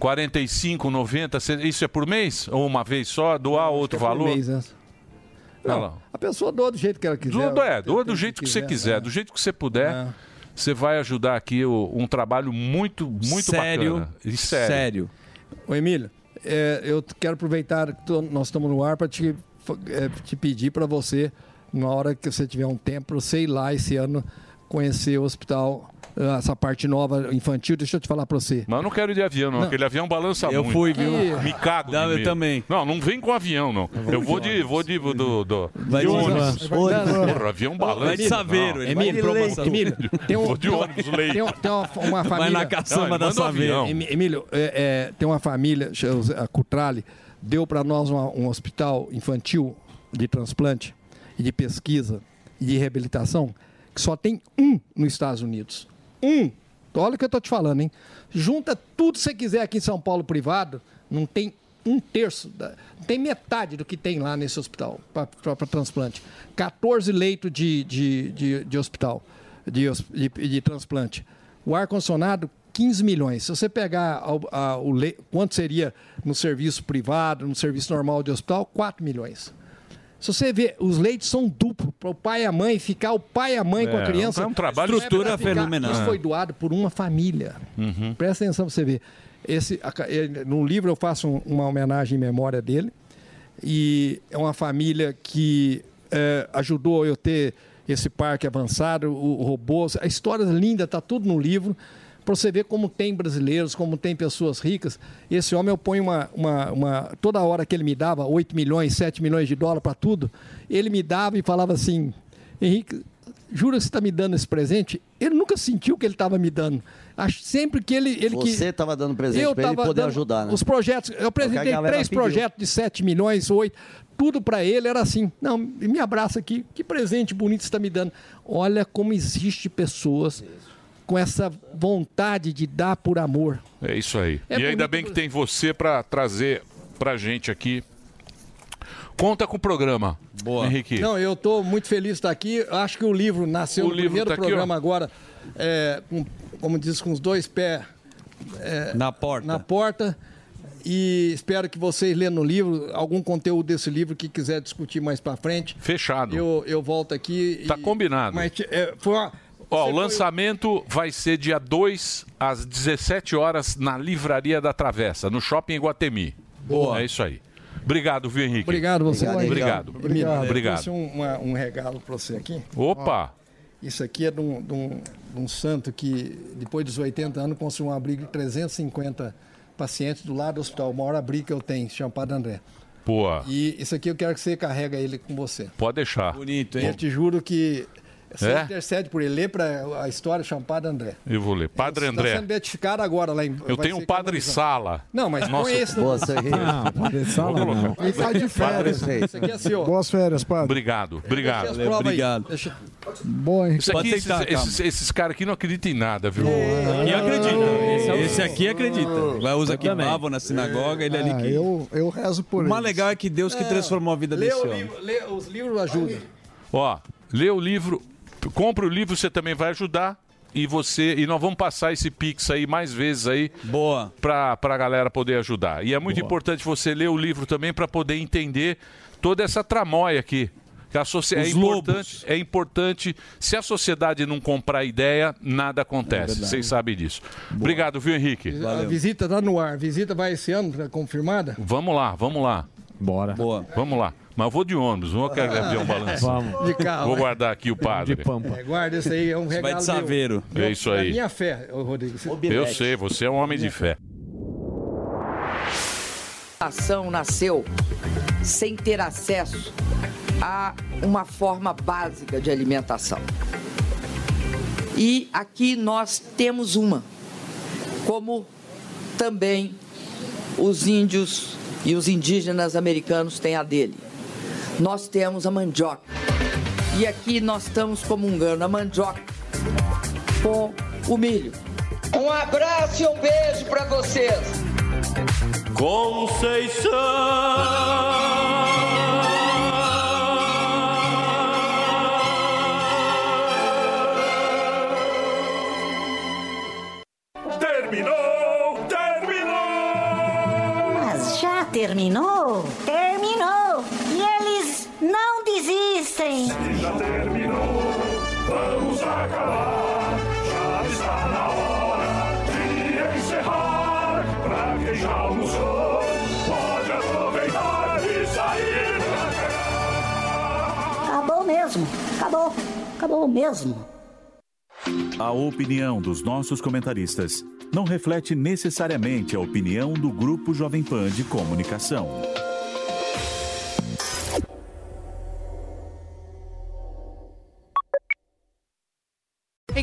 45, 90, cê- isso é por mês? Ou uma vez só? Doar outro
por
valor?
mês, né?
Olha lá.
A pessoa doa do jeito que ela quiser.
Doa, é,
Tem-
doa
tem
do jeito que você
né? É.
quiser, do jeito que você puder. Você vai ajudar aqui o- um trabalho muito, muito
Sério,
bacana. E sério.
sério.
né? Ô, Emílio, eh, eu t- quero aproveitar que tô- nós estamos no ar para te, fa- eh, te pedir para você, na hora que você tiver um tempo, pra você ir lá esse ano conhecer o hospital, eh, essa parte nova infantil. Deixa eu te falar para você.
Mas eu não quero ir de avião, não.
Não.
Aquele avião balança
Eu
muito.
fui, viu?
Me cago.
Não,
de
eu
medo.
também.
Não, não vem com avião, não. Eu vou de. Vou de. do- do, do- de
de
ônibus.
van. Vai de van.
Porra, avião balança.
Vai de saveiro,
Não.
ele vai de Emílio, promoção. Emílio, tem um-
Vou de ônibus leito.
Tem, um- tem uma, uma família.
Não, ele manda um avião.
Em- Emílio, é, é, tem uma família, chama- a Cutrale, deu para nós uma- um hospital infantil de transplante e de pesquisa e de reabilitação que só tem um nos Estados Unidos. Um. Então, olha o que eu estou te falando, hein? Junta tudo que você quiser aqui em São Paulo privado, não tem um terço, da, não tem metade do que tem lá nesse hospital para transplante. 14 leitos de, de, de, de hospital, de, hos- de, de transplante. O ar-condicionado, 15 milhões. Se você pegar a- a- o le- quanto seria no serviço privado, no serviço normal de hospital, 4 milhões. Se você vê, os leitos são duplo para o pai e a mãe ficar o pai e a mãe com a
É,
criança.
é um trabalho-
Não pra
Estrutura
ficar.
fenomenal.
Isso foi doado por uma família.
Uhum.
Presta atenção para você ver. Esse, a ca- ele- no livro eu faço um- uma homenagem em memória dele. E é uma família que eh, ajudou eu ter esse parque avançado, o, o robô. A história linda, está tudo no livro. Para você ver como tem brasileiros, como tem pessoas ricas. Esse homem eu ponho uma. uma, uma- toda hora que ele me dava 8 milhões, 7 milhões de dólar para tudo, ele me dava e falava assim: Henrique, jura que você está me tá dando esse presente? Ele nunca sentiu que ele estava me dando. Acho- Sempre que ele. ele
Você
que...
estava dando presente pra ele
tava
poder
dando
ajudar, né?
Os projetos. Eu apresentei
galera
três
pediu.
projetos de 7 milhões, 8. Tudo para ele era assim. Não, me abraça aqui. Que presente bonito você está me dando. Olha como existe pessoas com essa vontade de dar por amor.
É isso aí.
É
e ainda
bonito.
bem que tem você para trazer pra gente aqui. Conta com o programa. Boa. Henrique.
Não, eu estou muito feliz de estar aqui. Acho que o livro nasceu
O
no
livro
primeiro
tá aqui,
programa
ó.
agora, é, com- como diz, com os dois pés é,
Na porta.
na porta. E espero que vocês lendo o livro, algum conteúdo desse livro que quiser discutir mais para frente.
Fechado.
Eu, eu volto aqui.
Tá combinado.
Mas é, foi uma-
Ó, o lançamento vai ser dia 2 às 17 horas na Livraria da Travessa, no Shopping Iguatemi. Boa. É isso aí. Obrigado, viu, Henrique?
Obrigado, você.
Obrigado.
Obrigado. Eu trouxe
Obrigado.
um, uma- um regalo para você aqui.
Opa!
Ó, isso aqui é de um, de um- de um santo que, depois dos 80 anos, construiu um abrigo de 350 pacientes do lado do hospital. O maior abrigo que eu tenho, chama Padre André.
Boa.
E isso aqui eu quero que você carrega ele com você.
Pode deixar.
Bonito,
Eu te juro que você
É?
intercede por ele. Lê para a história chama Padre André.
Eu vou ler. Padre
Está
André.
tá sendo beatificado agora lá em
Eu
vai
tenho
ser
um Padre
canonizado.
Sala.
Não, mas põe esse no- Boa, Serrinha. Não, Padre Sala
Vou
não.
colocar.
Ele tá
Padre-
de férias, gente. Isso aqui é assim, ó. Boas
férias, padre.
Obrigado, obrigado.
Deixa as provas aí. Deixa-
Boa, Henrique.
Isso aqui, tá, esses, esses- esses caras aqui não acreditam em nada, viu?
Aqui acredita. É. Esse, esse aqui acredita. Vai usar que bavo na sinagoga,
é
Ah,
ele é ali que.
Ah, Eu, eu rezo por
O mais
eles.
legal é que Deus que
É.
transformou a vida
Lê,
desse
o
homem.
livro, lê os livros ajudam.
Ó, lê o livro, compra o livro, você também vai ajudar. E você e nós vamos passar esse pix aí mais vezes aí.
Boa.
Pra, pra galera poder ajudar. E é muito importante você ler o livro também para poder entender toda essa tramóia aqui. Que a socie- é
Os
importante, é importante. Se a sociedade não comprar ideia, nada acontece.
verdade.
Vocês sabem disso. Obrigado, viu, Henrique?
A visita está no ar. A visita vai esse ano, tá confirmada?
Vamos lá, vamos lá.
Bora.
Boa.
Vamos lá. Mas eu vou de ônibus, não quero avião balanço.
Vamos. De carro,
Vou
né?
guardar aqui o padre. De pampa.
É, guarda isso aí, é um regalo. meu.
É isso
É
aí.
minha Né? fé, ô, Rodrigo.
Eu sei, você é um homem de fé.
A ação nasceu sem ter acesso a uma forma básica de alimentação. E aqui nós temos uma, como também os índios e os indígenas americanos têm a dele. Nós temos a mandioca. E aqui nós estamos comungando a mandioca com o milho. Um abraço e um beijo para vocês.
Terminou! Terminou!
Mas já terminou? Terminou! E eles não desistem!
Já terminou! Vamos acabar! Já está na hora de encerrar! Pra quem já almoçou, pode aproveitar e sair pra cá!
Acabou mesmo! Acabou! Acabou mesmo!
A opinião dos nossos comentaristas não reflete necessariamente a opinião do Grupo Jovem Pan de Comunicação.
Hey